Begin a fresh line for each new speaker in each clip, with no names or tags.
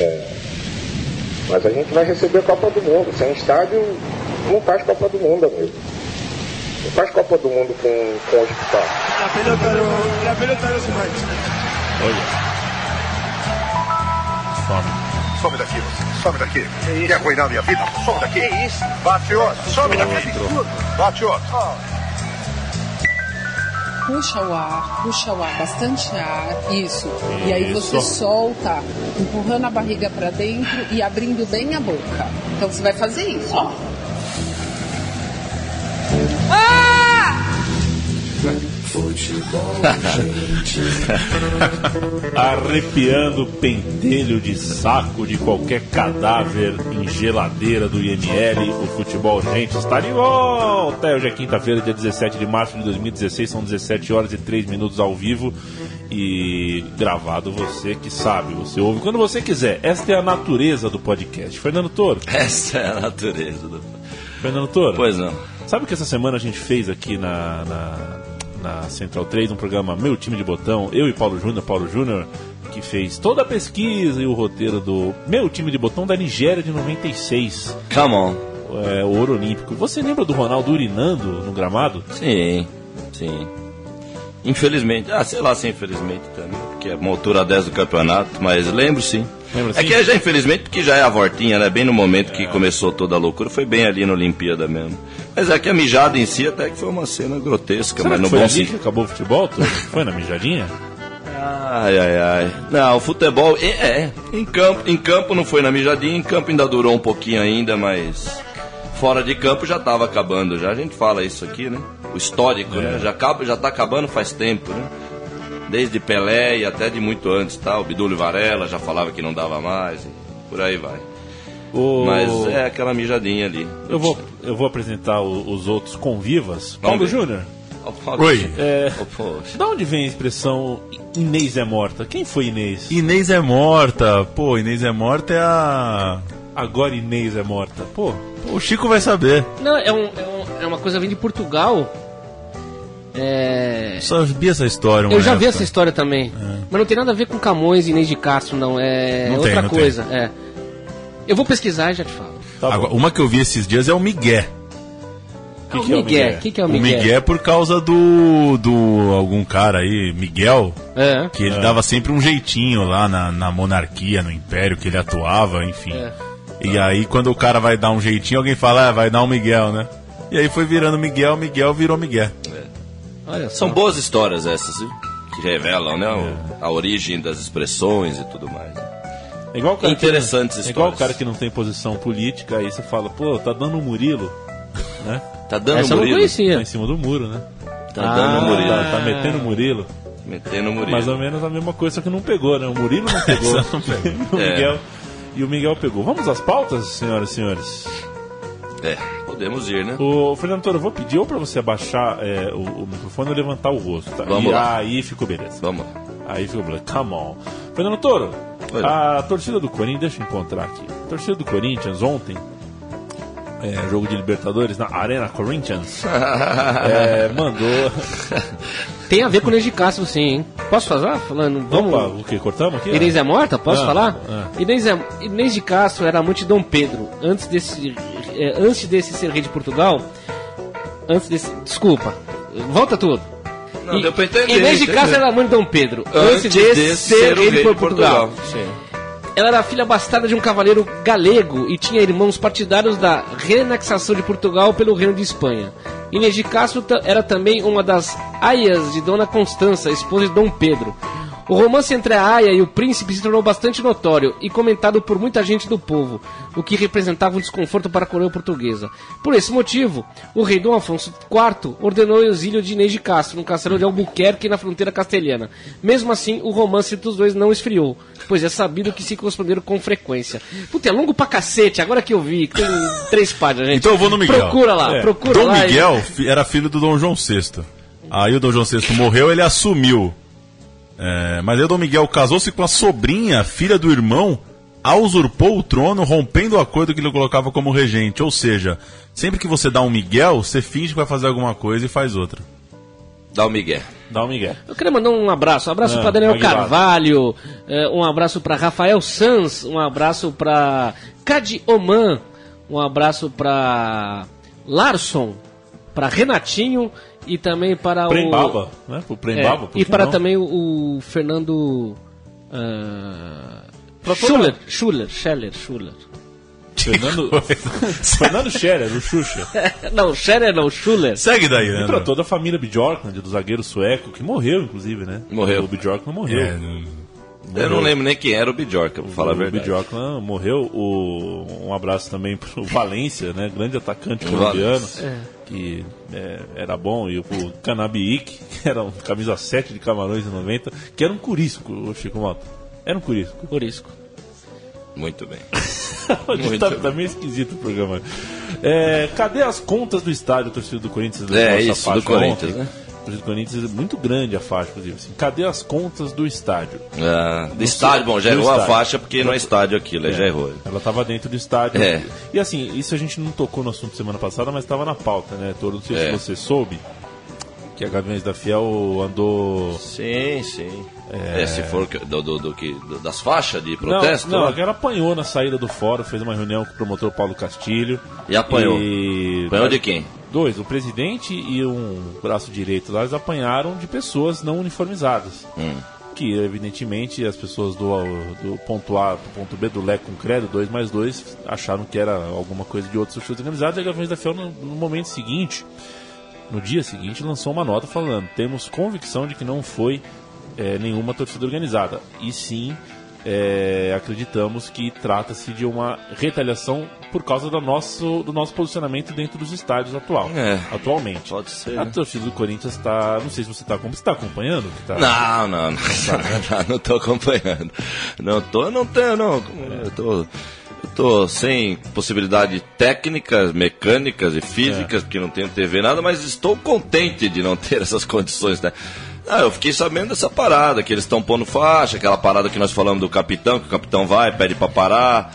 É. Mas a gente vai receber a Copa do Mundo. Sem estádio, não faz Copa do Mundo, amigo. Não faz Copa do Mundo com, com hospital.
La pelota no, la pelota no se mancha.
Some daqui, você. Some daqui. Quer arruinar minha vida? Some daqui. Que isso? Bate outro. Some daqui. Bate outro.
Puxa o ar, puxa o ar, bastante ar, isso. E aí você solta, empurrando a barriga pra dentro e abrindo bem a boca. Então você vai fazer isso. ó. Ah!
Arrepiando pentelho de saco de qualquer cadáver em geladeira do IML, o futebol, gente, está de volta! É, Hoje é quinta-feira, dia 17 de março de 2016, são 17 horas e 3 minutos ao vivo e gravado você que sabe, você ouve quando você quiser. Esta é a natureza do podcast. Fernando Toro,
Essa é a natureza do.
Fernando Toro.
Pois não.
Sabe o que essa semana a gente fez aqui na, na, na Central 3, um programa Meu Time de Botão, eu e Paulo Júnior, Paulo Júnior, que fez toda a pesquisa e o roteiro do Meu Time de Botão da Nigéria de 96,
Come on.
é, o Ouro Olímpico. Você lembra do Ronaldo urinando no gramado?
Sim, sim. Infelizmente, ah, sei lá se infelizmente também, porque é uma altura 10 do campeonato, mas lembro sim.
Lembra,
é
sim?
que já infelizmente, porque já é a voltinha, né? Bem no momento que começou toda a loucura, foi bem ali na Olimpíada mesmo. Mas é que a mijada em si até que foi uma cena grotesca,
Será
mas
que
no
foi
bom
ali
sentido.
que acabou o futebol? Tô? Foi na mijadinha?
Ai, ai, ai. Não, o futebol é, é. Em campo, em campo não foi na mijadinha, em campo ainda durou um pouquinho ainda, mas fora de campo já tava acabando já. A gente fala isso aqui, né? O histórico,
É.
né? Já acaba, já tá acabando faz tempo, né? Desde Pelé e até de muito antes, tá? O Bidúlio Varela já falava que não dava mais, e por aí vai.
O-
Mas é aquela mijadinha ali.
Eu vou, eu vou apresentar o- os outros convivas. Paulo
ver.
Júnior,
Oi.
é,
Oh, poxa.
de onde vem a expressão Inês é morta? Quem foi Inês?
Inês é morta. Pô, Inês é morta é a.
Agora Inês é morta. Pô,
O Chico vai saber.
Não, é, um, é, um- é uma coisa vindo de Portugal. É...
Só vi essa história, uma
Eu já vi
época. É.
essa história também. Mas não tem nada a ver com Camões e Inês de Castro, não. É
Não tem,
outra
não tem.
coisa. É. Eu vou pesquisar e já te falo.
tá bom.
Agora, uma que eu vi esses dias é o Miguel.
Que que é
Ah,
o Miguel?
O que, que é o
O
Miguel?
Miguel é por causa do. do algum cara aí, Miguel,
É.
que
Ah.
ele dava sempre um jeitinho lá na, na monarquia, no império que ele atuava, enfim.
É.
E aí quando o cara vai dar um jeitinho, alguém fala, ah, vai dar um Miguel, né? E aí foi virando Miguel, Miguel virou Miguel.
Olha só.
São boas histórias essas, viu? Que revelam, né? o- A origem das expressões e tudo mais.
É igual o cara que-
Interessantes
é igual o
histórias.
cara que não tem posição política, aí você fala, pô, tá dando um Murilo, né?
Tá dando
Essa eu não
Murilo.
Tá
conhecia.
em cima do muro, né?
Tá dando
Ah.
Murilo.
Tá, tá metendo Murilo.
Metendo Murilo.
Mais ou menos a mesma coisa, só que não pegou, né? O Murilo não pegou. o
É.
Miguel, E o Miguel pegou. Vamos às pautas, senhoras e senhores?
É, podemos ir, né?
O Fernando Toro, eu vou pedir ou pra você abaixar é, o, o microfone ou levantar o rosto, tá?
Vamos
e
lá.
aí ficou beleza.
Vamos.
Aí ficou black, come on. Fernando Toro,
Oi.
a torcida do Corinthians, deixa eu encontrar aqui. A torcida do Corinthians ontem, é, jogo de Libertadores na Arena Corinthians, é, mandou.
Tem a ver com o Inês de Castro, sim, hein? Posso falar? Falando, vamos...
Opa, o que? Cortamos aqui?
Inês é morta? Posso
Ah,
falar?
ah.
Inês, é- Inês de Castro era amante de Dom Pedro. Antes desse, eh, antes desse ser rei de Portugal. Antes desse. Desculpa. Volta tudo.
Não, deu pra entender,
Inês de
entendeu?
Castro
né?
era amante de Dom um Pedro. Antes, de, ser rei de Portugal. Ela era filha bastarda de um cavaleiro galego e tinha irmãos partidários da reanexação de Portugal pelo Reino de Espanha. Inês de Castro ta- era também uma das aias de Dona Constança, esposa de Dom Pedro. O romance entre a aia e o príncipe se tornou bastante notório e comentado por muita gente do povo, o que representava um desconforto para a coroa portuguesa. Por esse motivo, o rei Dom Afonso IV ordenou o exílio de Inês de Castro no castelo de Albuquerque, na fronteira castelhana. Mesmo assim, o romance entre os dois não esfriou, pois é sabido que se corresponderam com frequência. Puta, é longo pra cacete, agora que eu vi, que tem três páginas, gente.
Então eu vou no Miguel.
Procura lá,
É,
procura
Dom
lá. e-
Miguel fi- era filho do Dom João VI. Aí o Dom João VI morreu, ele assumiu. É, mas aí o Dom Miguel casou-se com a sobrinha, filha do irmão, a usurpou o trono, rompendo o acordo que ele colocava como regente. Ou seja, sempre que você dá um Miguel, você finge que vai fazer alguma coisa e faz outra.
Dá o Miguel.
Dá um migué.
Eu queria mandar um abraço. Um abraço
Ah,
para Daniel
Aguilar.
Carvalho, eh, um abraço para Rafael Sanz, um abraço para Cadi Oman, um abraço para Larson, para Renatinho e também para
Prembaba, né? Pro
o. É,
Prembaba. por
e
que
para
não?
também o, o Fernando. ah,
Pra toda-
Schuller, Schuller, Scheller, Schuller.
Fernando, Fernando Scherer, o Xuxa.
não, Scheller não, Schuller.
Segue daí,
E pra
né?
toda a família Bjorkland, do zagueiro sueco, que morreu, inclusive, né?
Morreu.
O Bjorkland morreu.
É,
Eu não lembro nem quem era o Bjorka, pra falar a
o
verdade.
Bjorkland morreu. O- um abraço também pro Valência, né? Grande atacante
O
colombiano.
Valencia.
Que é, era bom. E o pro Canabique, que era um camisa 7 de Camarões em 90, que era um curisco, o Chico Mota. Era um curisco.
Por isso.
Muito bem.
Hoje
Muito
tá,
bem.
tá meio esquisito o programa. É, cadê as contas do estádio, torcida do Corinthians?
É,
Nossa
isso,
faixa
do Corinthians,
ontem.
né?
Torcida do Corinthians é muito grande a faixa, inclusive. assim, cadê as contas do estádio?
Ah, do estádio, bom, já
Do
errou a
estádio.
faixa porque não é estádio aquilo, é. já errou.
Ela estava dentro do estádio.
É.
E assim, isso a gente não tocou no assunto semana passada, mas estava na pauta, né, Toro? Não sei se
É.
você soube que a Gaviões da Fiel andou.
Sim, sim. É, se for que- do, do, do que, do- das faixas de protesto,
não, não,
né?
ela apanhou na saída do fórum, fez uma reunião com o promotor Paulo Castilho.
E apanhou.
E-
Apanhou de quem?
Dois, o presidente e um braço direito lá, eles apanharam de pessoas não uniformizadas. Que, evidentemente, as pessoas do, do ponto A pro ponto B, do Lé com Credo, 2 mais 2, acharam que era alguma coisa de outros chutes organizados. E a Gaviões da Fiel, no, no momento seguinte, no dia seguinte, lançou uma nota falando: temos convicção de que não foi eh, nenhuma torcida organizada. E sim, eh, acreditamos que trata-se de uma retaliação por causa do nosso, do nosso posicionamento dentro dos estádios atual,
É.
atualmente.
Pode ser,
A
né?
torcida do Corinthians está. Não sei se você está você tá acompanhando. Tá?
Não, não, não, não, não, não tô acompanhando. Não tô, não tenho, não. é? Eu tô, eu tô sem possibilidade técnicas, mecânicas e físicas, porque não tenho TV, nada, mas estou contente de não ter essas condições, né? Ah, eu fiquei sabendo dessa parada, que eles estão pondo faixa, aquela parada que nós falamos do capitão, que o capitão vai, pede pra parar.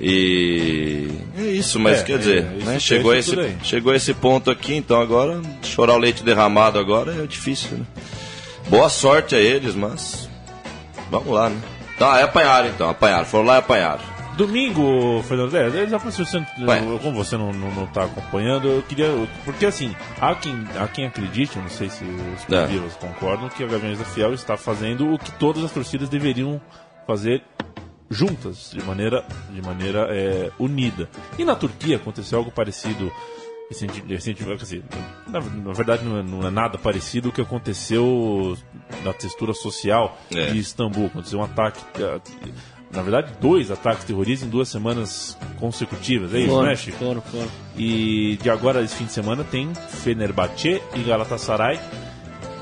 E é isso, mas
É,
quer
é,
dizer,
isso
né,
que
chegou,
é
esse,
isso tudo aí.
chegou esse ponto aqui, então agora chorar o leite derramado agora é difícil, né? Boa sorte a eles, mas. Vamos lá, né? Tá, é apanharam então, apanharam. Foram lá e apanharam.
Domingo, Fernando, é, eles apareceram.
Ué.
eu- Como você não, não, não tá acompanhando, eu queria. eu- Porque assim, há quem, há quem acredite, eu não sei se os
É.
convivas concordam, que a Gaviões da Fiel está fazendo o que todas as torcidas deveriam fazer juntas, de maneira, de maneira é, unida. E na Turquia aconteceu algo parecido. recenti- recenti- quer dizer, na, na verdade, não é, não é nada parecido o que aconteceu na textura social
É.
de Istambul. Aconteceu um ataque. eh, Na verdade, dois ataques terroristas em duas semanas consecutivas, é isso, né, Chico?
foram, foram.
E de agora, esse fim de semana, tem Fenerbahçe e Galatasaray.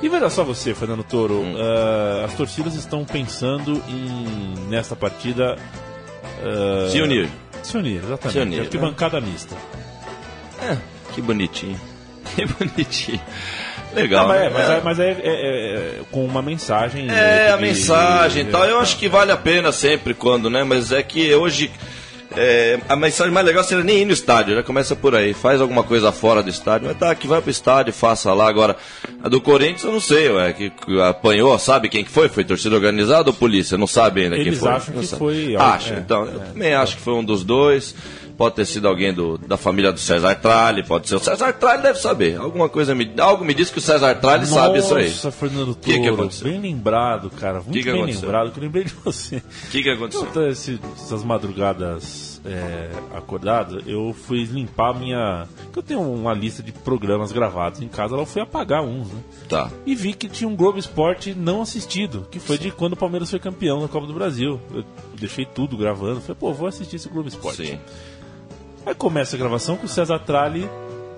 E veja só você, Fernando Toro,
Hum.
ah, as torcidas estão pensando em, nesta partida, ah,
Se unir.
se unir, exatamente.
Se unir, né?
Arquibancada mista.
Que bonitinho. Que bonitinho.
Ah,
Legal.
mas é,
né?
mas é, mas é- é- é com uma mensagem.
É,
eh,
a
de-
mensagem e
de-
tal. Eu acho que vale a pena sempre quando, né? Mas é que hoje. é, a mensagem mais legal seria nem ir no estádio, já começa por aí. Faz alguma coisa fora do estádio, mas tá, que vai pro estádio, faça lá. Agora, a do Corinthians eu não sei, ué, que que apanhou, sabe quem que foi? Foi torcida organizada ou polícia? Não sabe ainda quem
Eles
foi.
acham
Não
que
sabe.
foi-
Acho,
é,
então. eu também acho que foi um dos dois. Pode ter sido alguém do- da família do César Tralli, pode ser. O César Tralli deve saber. Alguma coisa me, algo me diz que o César Tralli sabe isso aí.
Nossa, Fernando Toro,
Que que aconteceu?
bem lembrado, cara. Muito
Que que
bem
aconteceu?
lembrado, que eu lembrei de você.
O que, que aconteceu?
Puta, Então, tá, esse- essas madrugadas é, acordado, eu fui limpar minha. Eu tenho uma lista de programas gravados em casa, lá eu fui apagar uns, né?
Tá.
E vi que tinha um Globo Esporte não assistido, que foi de quando o Palmeiras foi campeão da Copa do Brasil. Eu deixei tudo gravando, falei, pô, vou assistir esse Globo Esporte.
Sim,
Aí começa a gravação com o César Tralli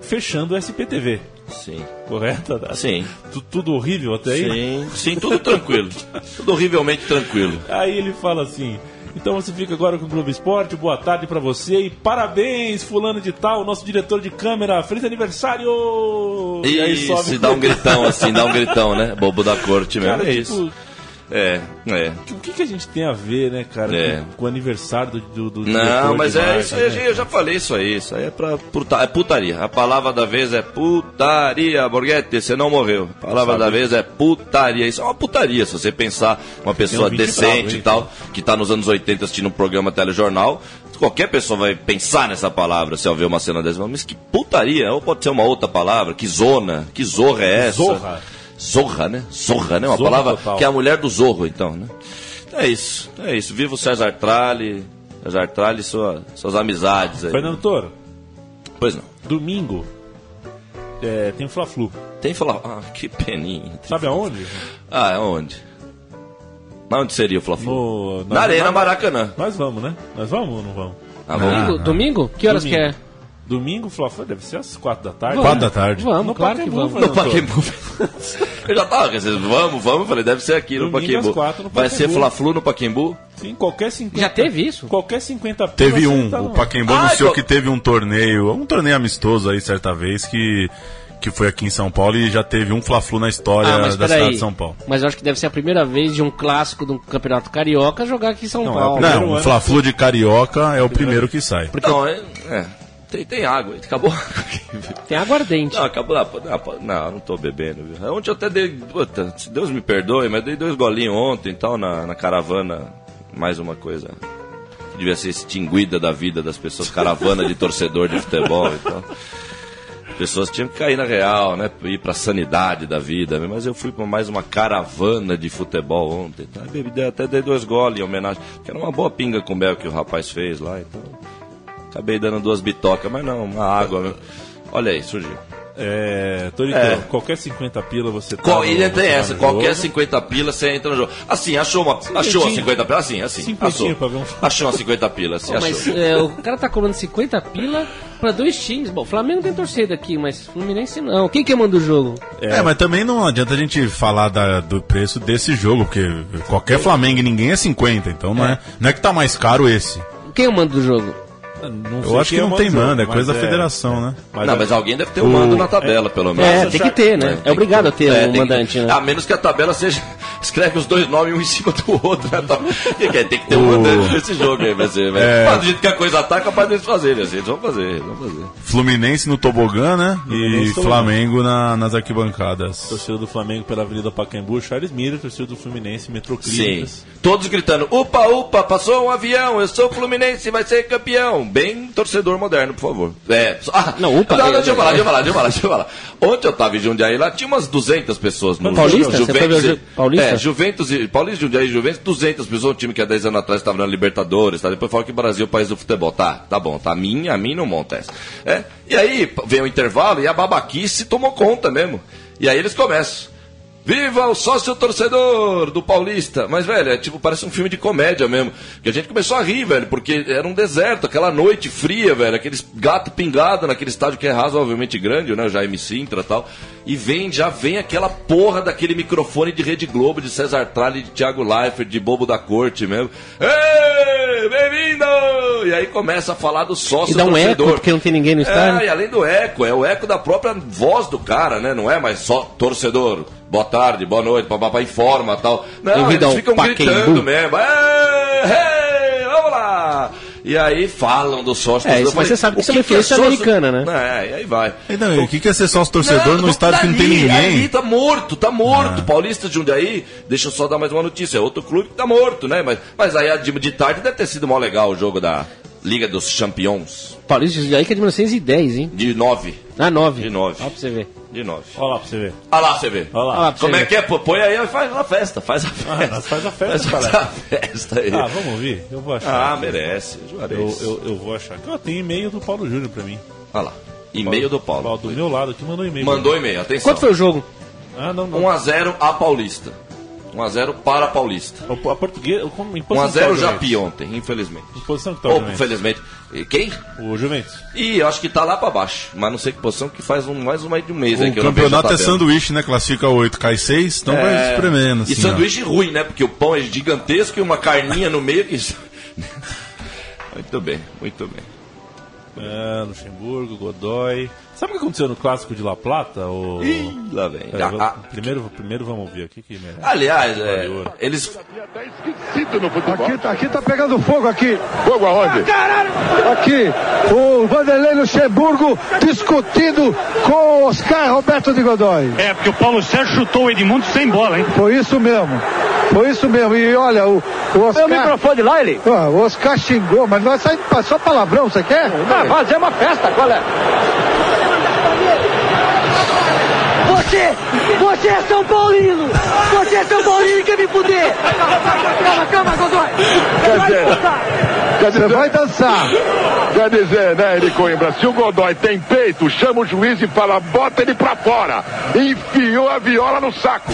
fechando o SPTV,
sim.
correto?
Sim.
Tu- tudo horrível até aí?
Sim, sim, tudo tranquilo. tudo horrivelmente tranquilo.
Aí ele fala assim: então você fica agora com o Globo Esporte, boa tarde pra você e parabéns, Fulano de Tal, nosso diretor de câmera, feliz aniversário!
E, se dá um gritão assim, dá um gritão, um né? Bobo da corte mesmo.
Cara,
é
tipo,
isso. É, é.
O que, que a gente tem a ver, né, cara,
É.
com, com o aniversário do, do, do diretor
Não, mas
de
é
arte,
isso aí,
né?
eu já falei isso aí. Isso aí é pra puta, é putaria. A palavra da vez é putaria, Borghetti, você não morreu. A palavra da vez é putaria. Isso é uma putaria, se você pensar uma pessoa
ouvinte um bravo,
decente
hein,
e tal, que tá nos anos 80 assistindo um programa telejornal. Qualquer pessoa vai pensar nessa palavra se ao ver uma cena dessa. Mas que putaria, ou pode ser uma outra palavra, que zona, que zorra é essa?
Zorra.
Zorra, né? Zorra, né? Uma
Zorra
palavra
total.
que é a mulher do zorro, então, né? Então É isso, então é isso. Viva o César Tralli, César Tralli e sua, suas amizades aí.
Fernando Toro,
Pois não.
domingo é, tem o Fla-Flu.
Tem que falar, ah, que peninha.
Sabe aonde?
Ah, é onde? Mas onde seria o Fla-Flu?
No,
Na Arena Maracanã.
Nós vamos, né? Nós vamos ou não vamos?
Ah,
Tá
Domingo?
vamos.
Domingo? Que horas
Domingo.
que é?
Domingo, Fla-Flu, deve ser às quatro da tarde. né?
Quatro da tarde.
Vamos,
No
claro
Pacaembu,
que vamos.
velho.
No Pacaembu. Eu já tava, vocês, vamos, vamos. Eu Falei, deve ser aqui no
Domingo às
Paquembu.
quatro no
Vai ser
Pacaembu.
Fla-Flu no Paquembu?
Sim, qualquer 50...
Já teve isso?
Qualquer 50 pila
Teve
você
um,
tá
o
no-
Pacaembu
Ah,
anunciou
então-
que teve um torneio, um torneio amistoso aí certa vez que que foi aqui em São Paulo e já teve um Fla-Flu na história
Ah,
da cidade de São Paulo.
Ah, Mas eu acho que deve ser a primeira vez de um clássico do Campeonato Carioca jogar aqui em São
Não, é o
Paulo.
primeiro
Não, o
ano.
um Fla-Flu de carioca é o primeiro que sai.
Não, é. é. Tem, tem água, acabou.
Tem aguardente.
Não, acabou. Não, pô, não, pô, não, não tô bebendo, viu? Ontem eu até dei. Puta, se Deus me perdoe, mas dei dois golinhos ontem e tal, na, na caravana. Mais uma coisa. Que devia ser extinguida da vida das pessoas. Caravana de torcedor de futebol e tal. Pessoas tinham que cair na real, né? Ir pra sanidade da vida. né? Mas eu fui pra mais uma caravana de futebol ontem. Tá? Bebi, dei- até dei dois goles em homenagem. Que era uma boa pinga com mel que o rapaz fez lá, então. Acabei dando duas bitocas, mas não, uma água. né? Olha aí, surgiu.
É, Torito,
É.
qualquer 50 pila você tá
Qual,
no-
ele é tem
você tá
essa,
no
qualquer
jogo.
50 pila você entra no jogo. Assim, achou uma, achou a
Simpletinho.
50 pila? Assim, assim.
Simpletinho
Achou,
pra ver um-
achou uma 50 pila, assim,
Pô, mas
achou.
é, o cara tá cobrando 50 pila pra dois times. Bom, Flamengo tem torcida aqui, mas Fluminense não. Quem que manda o jogo?
É. mas também não adianta a gente falar da- do preço desse jogo, porque qualquer Flamengo e ninguém é 50, então não é, não é que tá mais caro esse.
Quem manda o jogo?
Não sei
Eu acho que
quem
não
manda
tem
o jogo,
manda, é
mas
coisa da federação, né?
Mas
não,
é-
mas alguém deve ter um mando
O-
na tabela, pelo menos.
É, tem que ter, né? É
tem
obrigado a ter
É,
um
tem que-
mandante, né?
A menos que a tabela seja. Escreve os dois nomes um em cima do outro. Né? Tá- Que que é? Tem que ter um
Uh.
O-
mandante nesse jogo aí, vai ser. vai-
É.
Mas do jeito que a coisa tá, é capaz deles fazerem, assim. Eles vão fazer, eles vão fazer.
Fluminense no tobogã, né?
Fluminense
E
tobogã.
Flamengo na- nas arquibancadas.
Torcida do Flamengo pela Avenida Pacaembu, Charles Miller, torcida do Fluminense,
Sim.
Metroclitas.
Todos gritando: upa, upa, passou um avião, eu sou Fluminense, vai ser campeão. Bem torcedor moderno, por favor. É. só- Ah,
Não, upa,
Não, não,
é,
deixa eu
é.
falar, deixa eu falar, deixa eu falar, deixa eu falar. Ontem eu tava em Jundiaí, lá tinha umas 200 pessoas no
Paulista?
Ju-
Você foi ver o Ju- Paulista?
É, Juventus e. Paulista, Jundiaí e Juventus, 200 pessoas. Um time que há 10 anos atrás estava na Libertadores, tá? Depois fala que o Brasil é o país do futebol. Tá, tá bom, tá. A minha, a minha não monta essa. É. E aí, p- vem o intervalo e a babaquice tomou conta mesmo. E aí eles começam. Viva o sócio torcedor do Paulista! Mas, velho, é tipo, parece um filme de comédia mesmo. Que a gente começou a rir, velho, porque era um deserto, aquela noite fria, velho, aqueles gato pingado naquele estádio que é razoavelmente grande, né? O Jaime Sintra e tal. E vem, já vem aquela porra daquele microfone de Rede Globo, de César Tralli, de Thiago Leifert, de Bobo da Corte mesmo. Ei, bem-vindo! E aí começa a falar do sócio
E dá um
torcedor.
eco, porque não tem ninguém no estádio.
É, e além do eco, é o eco da própria voz do cara, né? Não é mais só torcedor, boa tarde, boa noite, papapá, informa tal.
Eu
Não,
vi dar
eles
um
ficam
Pacaembu.
gritando mesmo. "Ei, ei, vamos lá! E aí falam do sócio torcedor.
É, isso, mas
Eu falei,
você sabe que
"O
isso é
é
uma influência
sócio-"
americana, né?
É, e aí vai.
Então, o que que é ser sócio torcedor num estádio que não tem
ali,
ninguém? Ah.
Ali tá morto, tá morto. Paulista de Jundiaí, deixa eu só dar mais uma notícia. É outro clube que tá morto, né? Mas, mas aí a de de tarde deve ter sido mó legal o jogo da Liga dos Campeões.
Paulista de Jundiaí que é de 1910, hein?
De nove.
Ah, 9.
De nove.
Ó pra você ver.
De nove.
Olha lá pra você ver.
Olha lá, você vê.
Olha lá.
Olha lá pra
Como
você
é
ver.
que é? Pô, põe aí e faz a festa. Faz a festa.
Ah, faz a festa,
faz a
cara.
festa aí.
Ah, vamos ouvir? Eu vou achar.
Ah, merece.
eu,
Juarez.
eu, eu vou achar. Ó, tem e-mail do Paulo Júnior pra mim.
Olha lá. E-mail do Paulo.
Do meu lado aqui mandou um e-mail.
Mandou um e-mail, atenção.
Quanto foi o jogo?
Ah, não, não.
1x0 a Paulista. 1x0 para a Paulista.
O- A portuguesa. Como, em posição que tá
1x0
o
Japi
Juventus?
ontem, infelizmente.
Em posição que tá o
Ou,
Juventus?
felizmente. E Quem?
O Juventus.
Ih, eu acho que tá lá pra baixo. Mas não sei que posição que faz um, mais uma aí de um mês. aí
O
que eu não vejo a
campeonato é
tabela. É.
sanduíche, né? Classifica 8, cai 6, então vai espremendo.
E
assim, ó.
sanduíche ruim, né? Porque o pão é gigantesco e uma carninha no meio. que isso- muito bem, muito bem.
É, Luxemburgo, Godoy. Sabe o que aconteceu no clássico de La Plata? O...
Ih, lá vem.
É,
Ah,
vamos-
ah,
primeiro, primeiro vamos ouvir aqui que né, merece.
Aliás, é, eles.
Aqui, tá- aqui tá pegando fogo aqui. Fogo aonde? Aqui, o Vanderlei Luxemburgo discutindo com o Oscar Roberto de Godoy.
É, porque o Paulo Sérgio chutou o Edmundo sem bola, hein?
Foi isso mesmo. Foi isso mesmo. E olha, o, o Oscar.
o microfone lá, ele?
Ah, o Oscar xingou, mas nós saímos pra- só palavrão, você quer?
Ah, fazer uma festa, qual é?
Você, você é São Paulino! Você é São Paulino e quer me fuder! Calma, calma, calma, Godoy! Você vai
dizer,
voltar!
Você vai dançar.
Quer dizer, né, Eli Coimbra, se o Godoy tem peito, chama o juiz e fala, bota ele pra fora. Enfiou a viola no saco.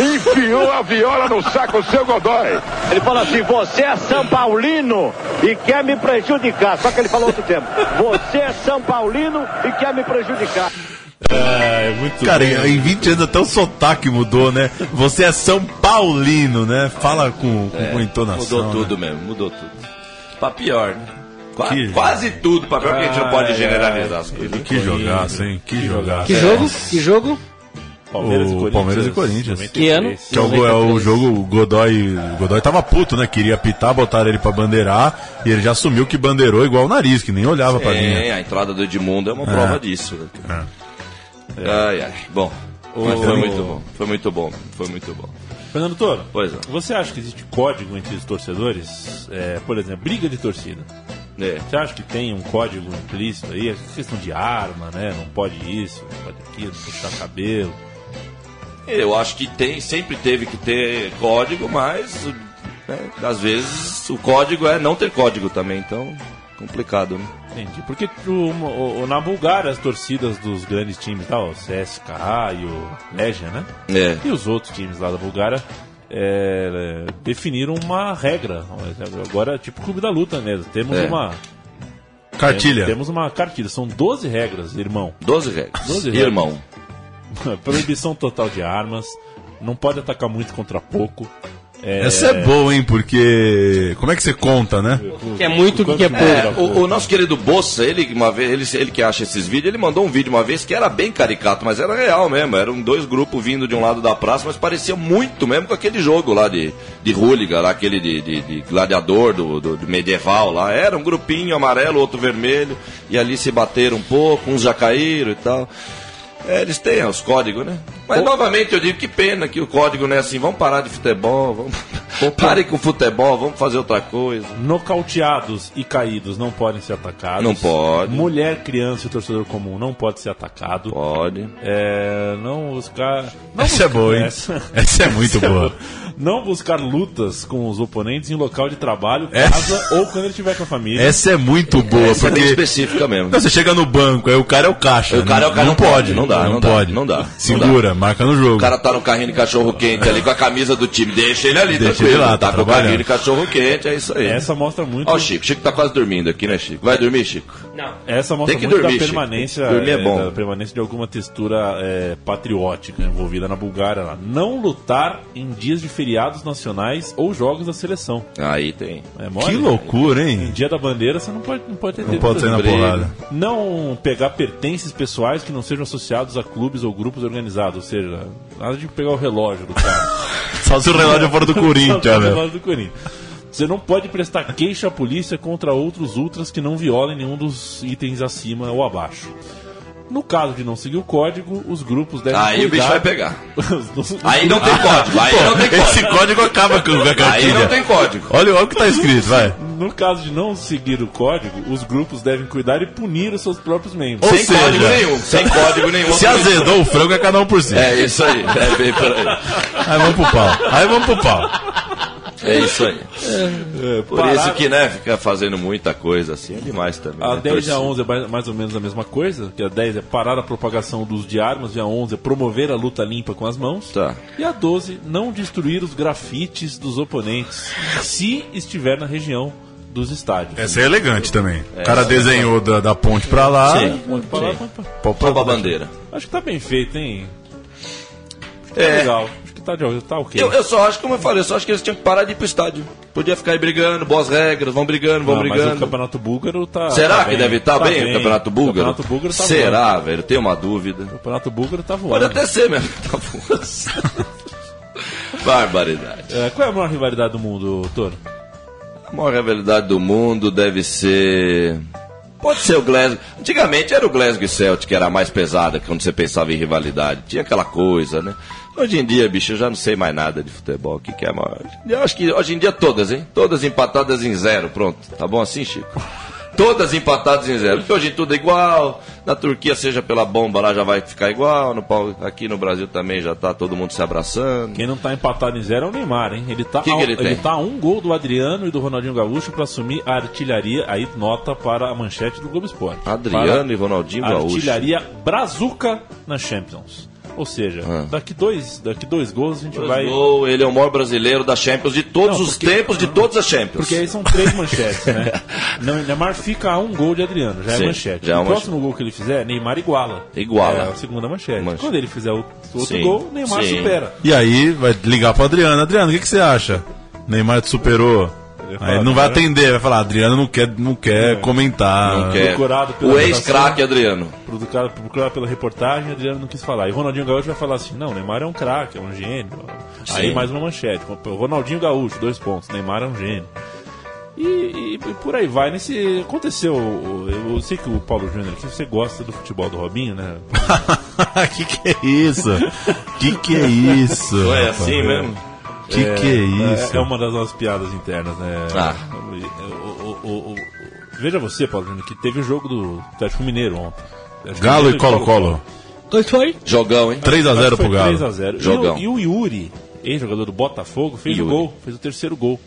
Enfiou a viola no saco, seu Godoy.
Ele fala assim, você é São Paulino e quer me prejudicar. Só que ele falou outro tempo. Você é São Paulino e quer me prejudicar.
É, é muito
Cara,
bem.
né?
em 20 anos até o sotaque mudou, né? Você é São Paulino, né? Fala com,
É.
com, com entonação.
Mudou
né?
tudo mesmo, mudou tudo. Pra pior, né? Qua-
Que-
Quase tudo, pra pior que a gente não pode
Ai,
generalizar
ai.
as coisas. né?
Que jogaço, hein? Que jogaço.
Que jogo? Que jogo?
né,
O Palmeiras e Corinthians.
93.
Que ano?
Que é o, go- é o jogo, o Godoy, o Godoy tava puto, né? Queria pitar, botaram ele pra bandeirar e ele já assumiu que bandeirou igual o nariz, que nem olhava pra linha.
É, a entrada do Edmundo é uma prova disso. né? É. Ai, ai. Bom, mas foi
o-
muito bom, foi muito bom, foi muito bom.
Fernando Toro,
Pois é.
você acha que existe código entre os torcedores? É, por exemplo, briga de torcida.
É.
Você acha que tem um código implícito aí? Essa Questão de arma, né? Não pode isso, não pode aquilo, puxar cabelo.
Eu acho que tem, sempre teve que ter código, mas né, às vezes o código é não ter código também, então complicado, né?
Entendi. Porque o, o- o- na Bulgária as torcidas dos grandes times, tá, o CSKA e o Legia, né?
É.
E os outros times lá da Bulgária é, é, definiram uma regra. Agora, tipo Clube da Luta mesmo. Temos
É.
uma.
Cartilha.
Temos uma cartilha. São 12 regras, irmão.
12 regras.
12 regras.
Irmão.
Proibição total de armas. Não pode atacar muito contra pouco.
Essa é boa, hein? Porque. Como é que você conta, né?
Que é muito,
Quanto
que é
contra
pouco.
O, o nosso querido Bossa, ele, que uma vez, ele, ele que acha esses vídeos, ele mandou um vídeo uma vez que era bem caricato, mas era real mesmo. Eram dois grupos vindo de um lado da praça, mas parecia muito mesmo com aquele jogo lá de, de hooligan, lá, aquele de, de- de gladiador, do, do- do medieval lá. Era um grupinho amarelo, outro vermelho, e ali se bateram um pouco, uns já caíram e tal. É, eles têm os códigos, né? Mas novamente eu digo que pena que o código não é assim, vamos parar de futebol, vamos. Parem com o futebol, vamos fazer outra coisa.
Nocauteados e caídos não podem ser atacados.
Não pode.
Mulher, criança e torcedor comum não pode ser atacado.
Pode.
É, não buscar. Não
Essa
buscar-
é boa, hein? Essa é muito
Essa é
boa.
Não buscar lutas com os oponentes em local de trabalho,
É.
Essa-
casa ou quando ele estiver com a família.
Essa é muito boa,
Essa é bem
porque.
específica mesmo.
Não, você chega no banco, aí o cara é o caixa.
O cara é o cara,
Não
não
pode,
pode, não dá, não dá, não dá, não
Segura, marca no jogo.
O cara tá no carrinho de cachorro quente ali com a camisa do time. Deixa ele ali,
Deixa
tranquilo.
ele lá,
tá
tá
com o
trabalhando.
carrinho de cachorro quente, é isso aí.
Essa mostra muito.
Ó, o Chico, Chico tá quase dormindo aqui, né, Chico? Vai dormir, Chico?
Essa mostra
Tem que
muito
dormir,
da
Chico.
permanência,
Dormir é bom.
da permanência de alguma textura é, patriótica envolvida na Bulgária. Lá. Não lutar em dias de feriados nacionais ou jogos da seleção.
Aí tem.
É mole?
Que loucura,
Em
hein?
dia da bandeira você não pode, não pode ter
Não
dedo
pode sair
preso.
na
Brilho.
porrada.
Não pegar pertences pessoais que não sejam associados a clubes ou grupos organizados. Ou seja, nada de pegar o relógio do cara.
Só se o
Tá
relógio for do
Só
Corinthians,
o
né?
relógio do Corinthians. Você não pode prestar queixa à polícia contra outros ultras que não violem nenhum dos itens acima ou abaixo. No caso de não seguir o código, os grupos devem
Aí o bicho
cuidar-
vai pegar.
Os- os-
Aí não tem código, aí não tem
Esse
código.
código acaba com a
Aí não tem
cartilha.
código.
Olha, olha o que tá escrito, vai.
No caso de não seguir o código, os grupos devem cuidar e punir os seus próprios membros.
Ou
sem
seja,
código nenhum, sem código nenhum.
Se azedou o frango, é cada um por si.
É isso aí, é bem por aí.
Aí vamos pro pau. Aí vamos pro pau.
É isso aí. Por
Parado.
isso que, né, fica fazendo muita coisa assim, é demais também.
A
né,
10 e a
torcida.
11 é mais- mais ou menos a mesma coisa, que a 10 é parar a propagação do uso de armas, e a 11 é promover a luta limpa com as mãos.
Tá.
E a 12, não destruir os grafites dos oponentes, se estiver na região dos estádios.
Essa é elegante também. O cara desenhou da, da ponte pra lá.
é Sim.
Pode parar, pode parar.
Pau pra
Sobe a
baixo.
bandeira.
Acho que tá bem feito, hein? Acho que tá
É.
legal. Acho que tá, de- tá ok.
Eu, eu só acho, como eu falei, eu só acho que eles tinham que parar de ir pro estádio. Podia ficar aí brigando, boas regras, vão brigando, vão
Não, mas
brigando.
o campeonato búlgaro tá.
Será
tá
que
bem.
deve estar bem, o Campeonato Búlgaro?
O Campeonato búlgaro tá
Será,
voando.
velho? Tem uma dúvida.
O Campeonato búlgaro tá voando.
Pode até ser mesmo. Tá voando. Barbaridade.
É, qual é a maior rivalidade do mundo, Toro?
A maior rivalidade do mundo deve ser. Pode ser o Glasgow. Antigamente era o Glasgow e Celtic que era a mais pesada quando você pensava em rivalidade. Tinha aquela coisa, né? Hoje em dia, bicho, eu já não sei mais nada de futebol. O que, que é a maior? Eu acho que hoje em dia todas, hein? Todas empatadas em zero. Pronto. Tá bom assim, Chico? Todas empatadas em zero. Porque hoje em tudo é igual. Na Turquia, seja pela bomba lá, já vai ficar igual. No, pau- aqui no Brasil também já tá todo mundo se abraçando.
Quem não tá empatado em zero é o Neymar, hein? Ele tá,
Que que
a,
ele tem?
tá a um gol do Adriano e do Ronaldinho Gaúcho pra assumir a artilharia. Aí nota para a manchete do Globo Esporte.
Adriano
Para
e Ronaldinho
a
Gaúcho.
Artilharia Brazuca na Champions. Ou seja,
Ah.
daqui, dois, daqui dois gols a gente
Dois
vai.
gol, ele é o maior brasileiro da Champions de todos
Não,
os
porque-
tempos, de todas as Champions.
Porque aí são três manchetes, né? Não, Neymar fica a um gol de Adriano, já
Sim,
é manchete.
já é
o
uma
próximo gol que ele fizer, Neymar iguala.
Iguala.
É a segunda manchete.
Manchete.
Quando ele fizer o outro
Sim,
gol, Neymar
sim.
supera.
E aí vai ligar pro Adriano. Adriano, o que, que você acha? Neymar te superou.
falar,
Aí ele não vai
cara.
atender, vai falar, Adriano não quer, não quer comentar.
É. Não quer.
é Procurado pela
O ex-craque Adriano.
Procurado, procurado pela reportagem, Adriano não quis falar. E Ronaldinho Gaúcho vai falar assim: não, Neymar é um craque, é um gênio. Aí
Sim.
mais uma manchete. Ronaldinho Gaúcho, dois pontos. Neymar é um gênio. E, e- e por aí vai. Nesse, aconteceu. Eu, eu sei que o Paulo Júnior aqui, você gosta do futebol do Robinho, né?
que que é isso? Que que é isso?
É
rapaz?
assim mesmo?
Que que é
um
isso?
É, é uma das nossas piadas internas, né?
Ah.
O- o- o- o- o- veja você, Paulo Júnior, que teve o jogo do Atlético Mineiro ontem. Atlético
Galo
Mineiro
e Colo-Colo.
Dois foi?
Jogão, hein?
3x0 pro Galo.
3x0.
Jogão.
E, o, e o Yuri, ex-jogador do Botafogo, fez
Yuri.
o gol, fez o terceiro gol.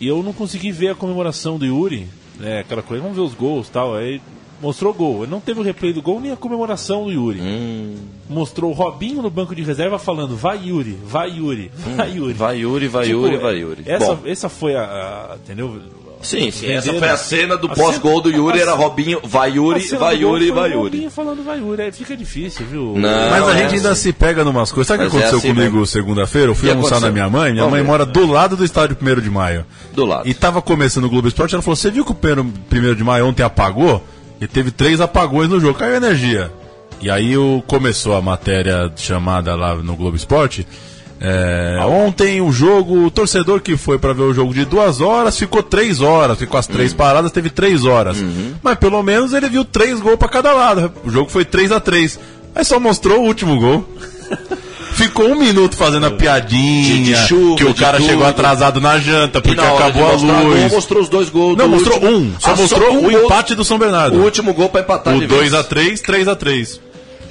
E eu não consegui ver a comemoração do Yuri, né, aquela coisa, vamos ver os gols e tal. Aí mostrou o gol. Ele não teve o replay do gol nem a comemoração do Yuri.
Hum.
Mostrou o Robinho no banco de reserva falando: vai Yuri, vai Yuri, vai Yuri.
Hum. Vai Yuri, vai
Tipo,
Yuri, vai Yuri.
Essa,
Bom,
essa foi a. a- entendeu?
sim, sim, essa
Venderam.
foi a cena do
A
pós-gol do
cena-
Yuri,
a-
era Robinho, vai Yuri,
a cena
vai
do gol
Yuri,
foi o
vai Yuri.
Robinho falando vai Yuri. Aí fica difícil, viu?
Não,
Mas a
é
gente ainda
assim.
se pega numas coisas. Sabe o que
Mas é
aconteceu
assim
comigo
mesmo.
segunda-feira? Eu fui
Que
almoçar
aconteceu?
na minha mãe. Minha
Vamos
mãe
ver.
mora do lado do estádio 1 de maio.
Do lado.
E tava começando o Globo Esporte. Ela falou: Você viu que o 1 de maio ontem apagou? E teve três apagões no jogo. Caiu a energia. E aí o- começou a matéria chamada lá no Globo Esporte. É, ontem o jogo, o torcedor que foi pra ver o jogo de duas horas ficou três horas, ficou as três
Uhum.
paradas, teve três horas. Mas pelo menos ele viu três gols pra cada lado. O jogo foi 3 a 3 Aí só mostrou o último gol. Ficou um minuto fazendo a piadinha
É. De- de chuva,
que o
de
cara
tudo.
chegou atrasado na janta
E
porque
na hora
acabou a
de mostrar gol,
luz.
mostrou os dois gols
Não,
do
mostrou
último.
um. Só
Ah,
mostrou o
gol-
empate do São Bernardo.
O último gol pra empatar
O
de vez.
2x3, 3x3.